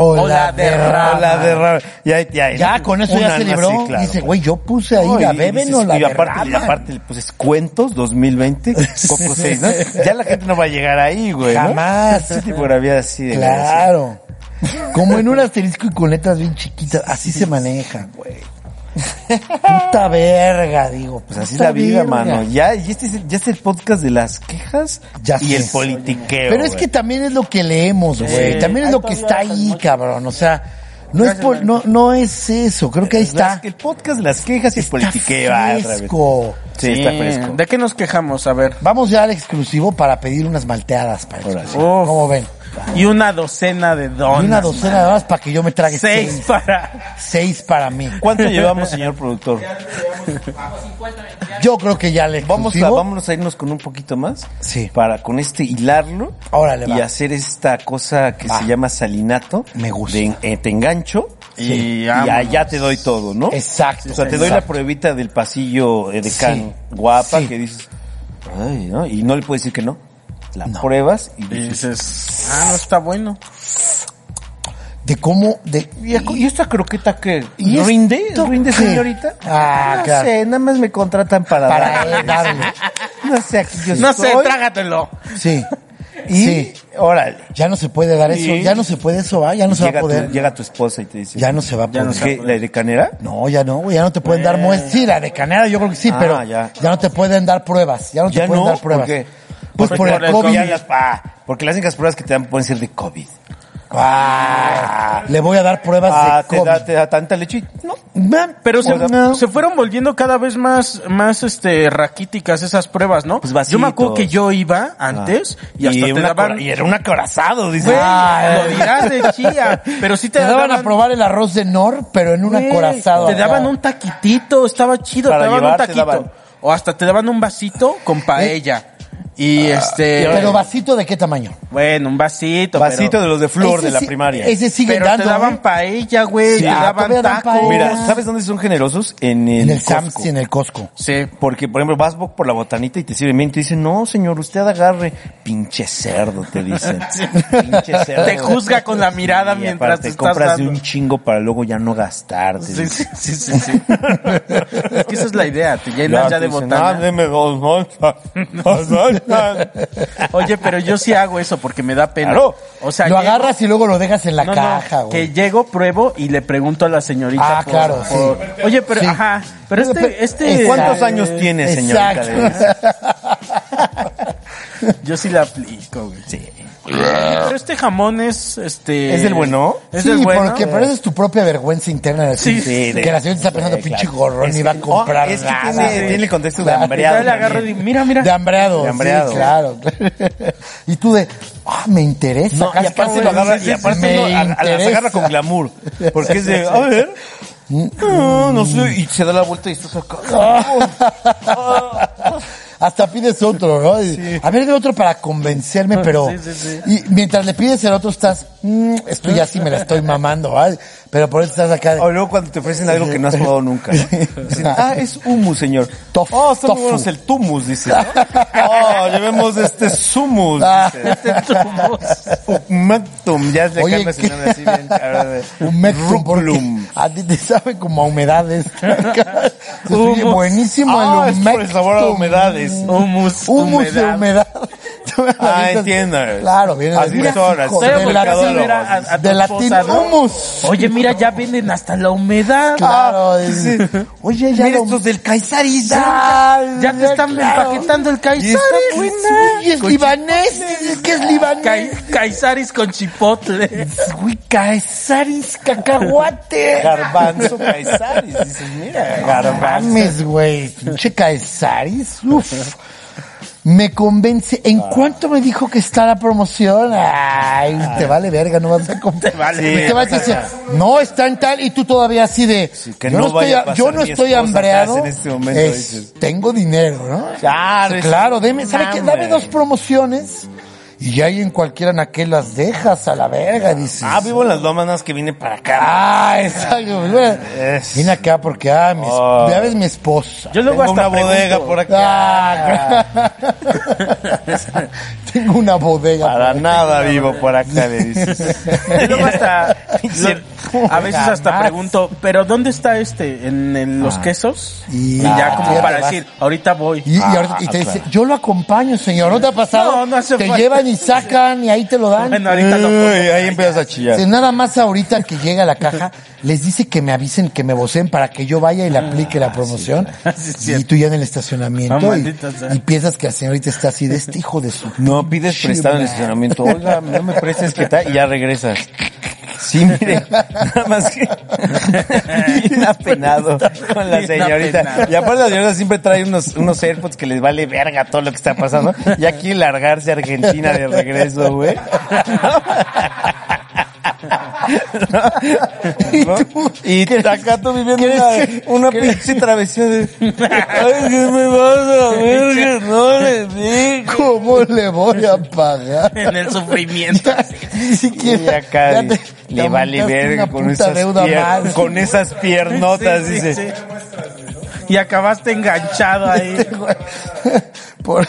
A: O
B: o
A: la
B: la derrama.
C: O la derramas. Ya, ya,
A: Ya, con eso
C: un
A: ya se
C: alma,
A: libró.
C: sí, claro.
A: Dice, güey, yo puse ahí
C: No,
A: la
C: y
A: beben
C: dices,
A: o la
C: y aparte, y
A: derraman.
C: aparte le pones
A: *laughs*
C: cuentos 2020, Coco 6, ¿no? Ya la gente no va a llegar ahí, güey. ¿no?
A: Jamás.
C: Sí, tipografía así de *laughs*
A: Claro. Como en un asterisco y con letras bien chiquitas. Así se maneja, güey. Puta verga, digo.
C: Pues así
A: puta
C: la vida,
A: verga.
C: mano. Ya, y este, es el- ya es el podcast de las quejas
A: Ya
C: y
A: sé.
C: el politiqueo.
A: Pero es que
C: güey.
A: también es lo que leemos, güey. También es lo que está ahí, cabrón. O sea, no es por- no, no es eso. Creo que ahí
C: Las-
A: está.
C: el podcast de las quejas y el
A: Está
C: politiqueo. ah, otra vez.
A: fresco.
C: Sí, está fresco.
B: ¿De qué nos quejamos? A ver.
A: Vamos ya al exclusivo para pedir unas malteadas para el
C: Ahora
A: exclusivo.
B: sí.
A: ¿Cómo ven?
B: Y una docena de
A: Y
B: donas.
A: una docena de más para que yo me trague seis.
B: Seis
A: Seis,
B: para...
A: para mí.
C: ¿Cuánto llevamos, señor productor?
A: Yo creo que ya le
C: Vamos a,
A: exclusivo.
C: vámonos a irnos con un poquito más.
A: Sí.
C: Para con este hilarlo.
A: Órale,
C: Y
A: va.
C: hacer esta cosa que
A: Va.
C: se llama salinato.
A: Me gusta.
C: De- eh, te engancho.
B: Y,
C: Y
B: vámonos.
C: allá te doy todo, ¿no?
A: Exacto.
C: O sea, te doy la
A: exacto.
C: pruebita del pasillo eh, de
A: Sí.
C: Can, guapa,
A: Sí.
C: que dices, ay, ¿no? Y no le puedes decir que no. La pruebas
A: Eh,
C: y
B: Y
C: dices,
B: dices, ah, no está bueno.
A: De cómo... De,
C: ¿Y, ac- y esta croqueta que
A: ¿Y
C: rinde?
A: esto
C: ¿Rinde,
A: qué?
C: *laughs* señorita?
A: Ah,
C: no
A: claro.
C: sé, nada más me contratan para,
A: para
C: darles.
A: darle.
C: No sé, aquí yo
B: No sé,
C: estoy.
B: trágatelo.
A: Sí.
C: Y,
A: Sí.
C: órale.
A: Ya no se puede dar eso.
C: Sí.
A: Ya no se puede eso, ¿va? Ya no se va a
C: llega,
A: poder.
C: tu, llega tu esposa y te dice,
A: Ya no se va a
C: "¿Por
A: poder.
C: qué? ¿La de canera?
A: No, ya no, güey, ya no te pueden dar muestras. Sí, la de canera yo creo que sí,
C: Ah,
A: pero ya.
C: ya.
A: no te pueden dar pruebas. Ya no te
C: Ya
A: pueden
C: no,
A: dar pruebas.
C: ¿por qué?
A: Pues por,
B: Porque
A: el COVID.
C: Ya las- ah, porque las únicas pruebas que te dan pueden ser de COVID.
A: Ah, le voy a dar pruebas
C: Ah,
A: de
C: te
A: COVID.
C: da, te da tanta leche y no.
B: Pero se,
C: Pues, no.
B: se fueron volviendo cada vez más, más este, raquíticas esas pruebas, ¿no?
C: Pues
B: yo me acuerdo
C: vasitos.
B: que yo iba antes y hasta te
C: una
B: daban...
C: cora- Ah. y era un acorazado, dice. *laughs*
B: Güey,
A: Ah, eh.
B: lo dirás de chía, pero sí
A: Te
B: te,
A: daban a probar el arroz de Nor, pero en un
B: Güey,
A: acorazado.
B: Te
A: acá.
B: daban un taquitito, estaba chido,
C: Para
B: te daban
C: llevar,
B: un
C: te
B: taquito.
C: daban.
B: O hasta te daban un vasito con paella. Y este...
A: Pero vasito de qué tamaño?
B: Bueno, un vasito.
C: Vasito
B: pero-
C: de los de flor
A: Ese
C: de la
A: sí-
C: primaria.
A: Ese sigue
B: pero
A: dando.
B: te daban
A: ¿eh?
B: paella, güey,
A: Sí,
B: te
A: ah, todavía
B: daban
A: dan
B: tacos.
A: paella.
C: Mira, ¿sabes dónde son generosos? En el,
A: en el
C: Costco.
A: Sam's y en el Costco.
B: Sí.
C: Porque, por ejemplo, vas bo- por la botanita y te sirven bien y te dicen, no, señor, usted agarre. Pinche cerdo, te
B: *laughs*
C: dicen. Pinche cerdo.
B: Te juzga con la mirada
C: Y
B: mientras
C: aparte
B: te estás
C: compras de
B: dando.
C: un chingo para luego ya no gastar. te
B: Sí,
C: dicen. *laughs*
B: sí, sí, sí, sí. es que esa es la idea, te llenas ya
C: te
B: de
C: dicen, "Ah,
B: botana.
C: deme dos bolsas, *laughs* dos bolsas".
B: Oye, pero yo sí hago eso porque me da pena.
C: Claro.
B: O sea,
A: lo
B: llego-
A: agarras y luego lo dejas en la
B: No, no,
A: caja, güey.
B: que llego, pruebo y le pregunto a la señorita.
A: Ah, claro, sí.
B: Oye, pero,
A: Sí.
B: ajá, pero
A: Pero-
B: este, este.
C: ¿Cuántos
A: Exacto.
C: años tiene, señorita?
A: Exacto.
C: Le *laughs* dices.
B: Yo sí la aplico, güey.
C: Sí.
B: Pero este jamón es, este.
C: ¿Es del bueno?
B: Es
A: sí,
B: del bueno.
A: porque pero esa es tu propia vergüenza interna. de decir,
C: Sí, de-
A: que la señora está pensando,
C: Sí,
A: pinche
C: claro.
A: gorrón,
C: Es
A: y va a
C: que-
A: comprar
C: oh, es que
A: nada,
C: tiene-
A: güey.
C: tiene el contexto de
A: Claro.
C: hambreado.
B: Ya le agarro y mira, mira. *laughs*
A: De hambreado,
C: De hambreado.
A: sí, claro. *laughs* y tú de, ah, me interesa.
C: No, y
A: casi,
C: aparte
A: casi
C: lo agarra,
A: dices,
C: y aparte
A: me
C: lo a- a- las
A: interesa.
C: agarra con glamour. Porque
A: *laughs*
C: es de, a ver,
A: Ah.
C: no, no sé, y se da la vuelta y estás acá.
A: hasta pides otro, ¿no? Y, A ver, de otro para
C: Ah,
A: convencerme, pero.
B: Sí, sí, sí.
A: Y mientras le pides el otro, estás. "Mm, esto ya sí me la estoy mamando, ¿vale? Pero por eso estás acá. de-
C: O luego cuando te ofrecen algo que no has probado nunca. Dicen, ah, es humus, señor.
A: Tof-
C: oh, son
A: tofu.
C: muy buenos el tumus, dice. ¿no? Oh, llevemos este sumus,
A: Ah.
C: dice. Humectum, ya es la
A: Oye, ¿qué?
C: carne señora, así bien cara de...
A: *laughs* Un metro porque
C: Ruculum.
A: a ti te sabe como a
C: *laughs*
A: humedades. Se oye
B: Humus.
A: buenísimo
C: Ah,
A: el
C: es por el sabor a
A: humectum. Oh.
C: humedades.
A: *laughs*
B: Humus.
A: Humus de humedad. *laughs* Tú me
C: Ah,
A: avisas.
C: entiendo.
A: Claro, viene
C: Así
A: de México,
C: son, así
A: de
C: son los
B: Estoy buscando
A: latín,
C: mercadólogos.
B: ver a, a- a tu
A: de latín
B: esposa, ¿no?
A: humus.
C: Oh,
B: Oye, mira, ya venden hasta la humedad.
A: Claro,
C: sí.
A: es- oye, ya
C: Mira
A: lo-
C: estos del Caesaris.
A: Ya,
B: Ya te están
A: claro.
B: empaquetando el
C: Y está
B: Kaisaris.
C: buena.
A: Uy, es libanés, es que es libanés.
B: Kai- Kaisaris con chipotle.
A: Uy, Caesaris, cacahuate.
C: Garbanzo Caesaris. Dices, mira, garbanzo.
A: Mames, güey. Pinche Caesaris. Uf. Me convence. ¿En
C: Ah.
A: cuánto me dijo que está la promoción? Ay, te vale verga, no vas a comprar. Te
C: vale
A: te vas a
C: verga.
A: decir, no, está en tal, y tú todavía así de,
C: Sí, que
A: yo
C: no
A: no, estoy,
C: vaya a pasar
A: yo no
C: mi
A: estoy
C: esposa
A: hambreado,
C: atrás en este momento,
A: es-
C: dices.
A: tengo dinero, ¿no?
C: Claro,
A: Sí,
C: es-
A: claro, deme, ¿sabe qué? Dame
C: mames.
A: dos promociones, y ya ahí en cualquiera en aquel las dejas a la verga, dices.
C: Ah, vivo en las lomas, nada más que vine para acá.
A: Ah, exacto.
C: Es-
A: Vine acá porque, ah, mi,
C: Oh.
A: ya ves mi esposa.
B: Yo luego
C: Tengo
B: hasta
C: una bodega
B: pregunto,
C: por acá.
A: Ah, *laughs* Tengo una bodega.
C: Para nada vivo por acá, le
B: *laughs*
C: dices.
B: Yo *laughs* luego hasta- lo- *laughs* a veces hasta
A: Jamás.
B: pregunto, ¿pero dónde está este? ¿En, en los quesos?
A: Y-
B: Y, ya como
A: Ah,
B: para
A: ya te
B: decir, ahorita voy.
A: Y, y ahora- y te
C: Ah,
A: dice, yo lo acompaño, señor. ¿No te ha pasado?
B: No, no hace
A: te
B: falta.
A: llevan y sacan y ahí te lo dan.
B: Bueno, ahorita lo pongo.
C: Uy, ahí empiezas a chillar.
A: Si nada más ahorita que llega a la caja, les dice que me avisen, que me vocen para que yo vaya y le aplique la promoción.
B: Sí, es
A: y
B: cierto.
A: tú ya en el estacionamiento
B: Ah,
A: y,
B: maldita sea.
A: y piensas que la señorita está así de este hijo de su...
C: No pides prestado en el estacionamiento. Oiga, no me prestes que tal. Y ya regresas. Sí,
B: *laughs*
C: mire, nada más que bien apenado con la
B: Bien
C: señorita.
B: apenado.
C: Y aparte la señora siempre trae unos, unos AirPods que les vale verga todo lo que está pasando. Ya quiere largarse a Argentina de regreso, güey.
A: ¿eh?
C: *laughs* ¿No? Y acá tú viviendo una, una pinche travesía de... Ay, ¿qué me pasa, verga? No le digo.
A: ¿Cómo le voy a pagar?
B: *laughs* En el sufrimiento.
A: Ya, ni siquiera.
C: Y acá
A: ya te-
C: le- le
A: te
C: vale
A: aventaste
C: verga
A: una
C: con
A: puta
C: esas,
A: deuda
C: pier-
A: más.
C: con esas piernotas,
B: Sí, sí,
C: dice.
B: sí. Y acabaste enganchado ahí.
A: *laughs* Por,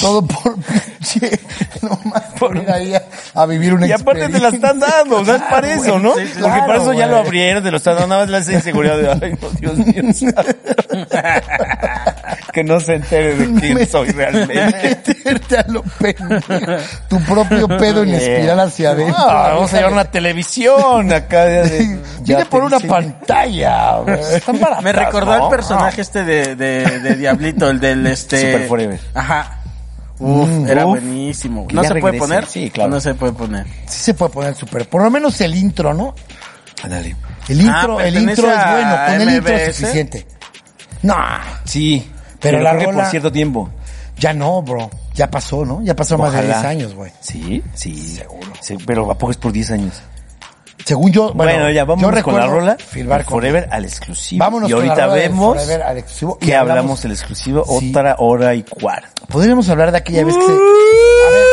A: todo por pinche. Nomás por ir ahí a, a vivir una
C: Y aparte te la están dando, o sea, es para eso, ¿no?
B: güey, sí, sí,
C: Porque para
A: claro,
C: eso ya
A: güey.
C: lo abrieron, te lo están dando, nada más le hace inseguridad de, ay, no, Dios *laughs* mío. santo". que no se entere de quién soy
A: *laughs*
C: realmente.
A: Meterte a lo pendejo. Tu propio pedo en espiral
C: *laughs*
A: hacia adentro.
C: Ah, vamos a llevar una televisión acá. ya de-
A: Viene
C: ya
A: por
C: te
A: una
C: enseño.
A: pantalla. güey. Están baratas,
B: *laughs* Me recordó
A: ¿no?
B: el personaje este de,
C: *laughs*
B: de, de Diablito, el del este.
C: Super Forever.
B: Ajá. Uf,
A: Mm,
B: era
C: uf.
B: buenísimo.
C: Que
B: ¿No
C: ya
B: se puede
C: regrese,
B: poner?
C: sí, claro.
B: No se puede poner.
A: Sí se puede poner súper. Por lo menos el intro, ¿no?
C: Ah, Ándale.
A: El intro,
C: pues
B: Ah,
A: el intro es
B: pertenece
A: bueno.
B: a
A: Con el intro es
B: MBS.
A: suficiente. No,
C: Sí.
A: Pero
C: Pero,
A: la
C: creo que por
A: rola-
C: cierto tiempo.
A: ya no, bro. Ya pasó, ¿no? Ya pasó más de
C: Ojalá.
A: 10 años, güey.
C: Sí, sí. Seguro. pero ¿a poco es por 10 años?
A: Según yo, bueno,
C: Bueno, ya vamos
A: yo
C: con
A: recuerdo
C: la rola.
A: Filbar
C: del
A: con
C: Forever al exclusivo.
A: Vámonos
C: y
A: con la
C: ahorita
A: rola del
C: vemos
A: Forever al exclusivo. Y
C: que
A: hablamos-
C: hablamos, del exclusivo
A: Sí.
C: otra hora y cuarto.
A: Podríamos hablar de aquella vez que se... a ver,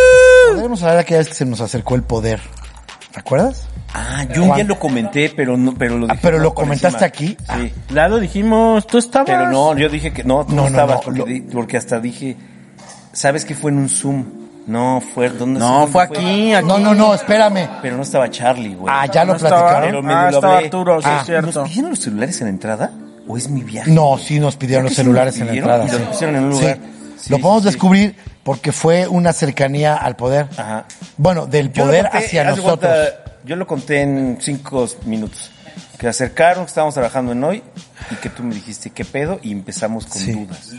A: podríamos hablar de aquella vez que se nos acercó el poder. ¿Te acuerdas?
C: Ah, yo un día lo comenté, pero no, pero lo Ah,
A: Ah,
C: dije
A: pero
C: no
A: lo
C: por
A: comentaste
C: encima.
A: aquí.
C: Sí.
B: Ya lo dijimos, tú estabas.
C: Pero no, yo dije que no, tú
A: No,
C: no,
A: no,
C: estabas
A: no,
C: porque,
A: lo-
C: di- porque hasta dije, ¿sabes que fue en un Zoom? No, fue ¿dónde
B: No,
C: dónde
B: fue aquí, aquí.
A: No, no, no, espérame.
C: Pero no estaba Charlie, güey.
A: Ah, ya lo
B: No estaba-
A: platicaron.
C: medio
B: Ah,
C: lo
B: estaba
C: hablé.
B: Arturo, sí,
A: Ah,
B: es cierto.
C: ¿Nos pidieron los celulares en la entrada o es mi viaje?
A: No, sí nos pidieron los
C: Creo que sí
A: celulares
C: nos
A: en la
C: pidieron
A: entrada.
C: y los pusieron en un
A: Sí.
C: lugar. Sí,
A: lo
C: sí,
A: podemos
C: sí.
A: descubrir porque fue una cercanía al poder.
C: Ajá.
A: Bueno, del
C: Yo lo
A: poder
C: conté,
A: hacia
C: haz de
A: nosotros.
C: cuenta, yo lo conté en cinco minutos. Que acercaron, que estábamos trabajando en hoy y que tú me dijiste qué pedo y empezamos con
A: Sí.
C: dudas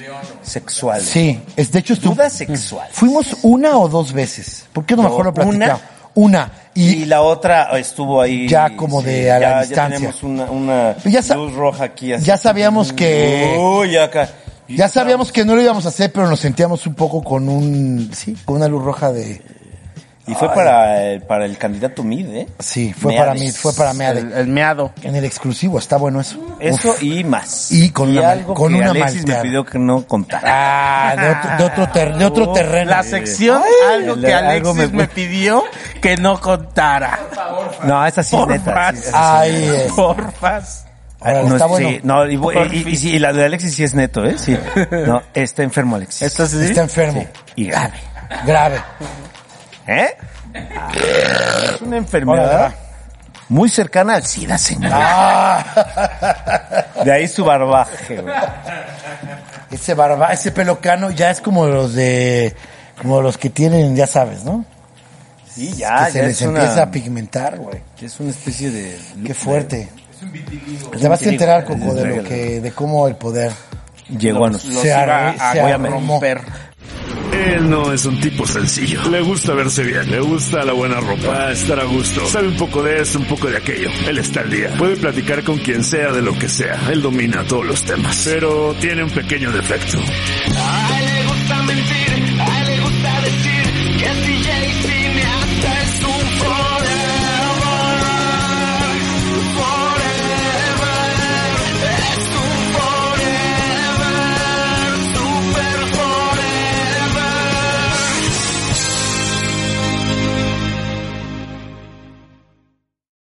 C: sexuales.
A: Sí, es, de hecho estuvo-
C: Dudas sexuales.
A: Fuimos una o dos veces. ¿Por qué no,
C: No,
A: mejor lo
C: una.
A: platicamos? Una.
C: Y,
A: Y,
C: la otra estuvo ahí.
A: Ya como de a la
C: ya,
A: distancia.
C: Ya tenemos una, una
A: Pero ya sa-
C: luz roja aquí. así.
A: ya sabíamos que...
C: Uy, acá.
A: Ya sabíamos que no lo íbamos a hacer, pero nos sentíamos un poco con un, sí, con una luz roja de,
C: Y fue para el, para el candidato Mid, ¿eh?
A: Sí, fue
C: Meade.
A: para mí, fue para Meade.
B: El, el meado.
A: En el exclusivo, está bueno eso.
C: Eso
A: Uf.
C: y más.
A: Y con una mal-
C: algo
A: con
C: que
A: una
C: Alexis me
A: malteada.
C: pidió que no contara.
A: Ah, de otro, de otro, ter- de otro terreno.
B: La sección, algo que Alexis
C: algo me-
B: me... pidió que no contara.
A: Ah,
C: No, esa sí es neta. sí,
B: Porfas.
C: esa sí.
A: Ahí es.
B: Porfas.
C: Ah,
A: Órale,
C: no,
A: está
C: sí,
A: bueno.
C: no, y, voy-
B: Por
C: y- y-
B: fin.
C: sí, y la de Alexis sí es neto, ¿eh?
B: *laughs*
C: Sí. No, está enfermo Alexis.
B: ¿Esto sí?
A: Está enfermo.
C: Y grave.
A: Grave.
C: ¿Eh? Es una
A: Ahora
C: enfermedad
A: va.
C: muy cercana al SIDA, señor. De ahí su barbaje, güey.
A: Ese barba, ese pelocano ya es como los de, como los que tienen, ya sabes, ¿no?
C: Sí, ya,
A: que se
C: Ah, ya
A: les
C: es una-
A: empieza a pigmentar, güey.
C: Es una especie de...
A: Qué fuerte. Te vas a enterar, Coco, de lo que, de cómo el poder
C: Llegó a nosotros.
A: se,
B: iba
A: arre-
B: a-
A: se
B: Ah, voy a
A: arrumó.
B: romper.
E: Él no es un tipo sencillo. Le gusta verse bien, le gusta la buena ropa, estar a gusto. Sabe un poco de esto, un poco de aquello. Él está al día. Puede platicar con quien sea de lo que sea. Él domina todos los temas. Pero tiene un pequeño defecto.
F: A él le gusta mentir,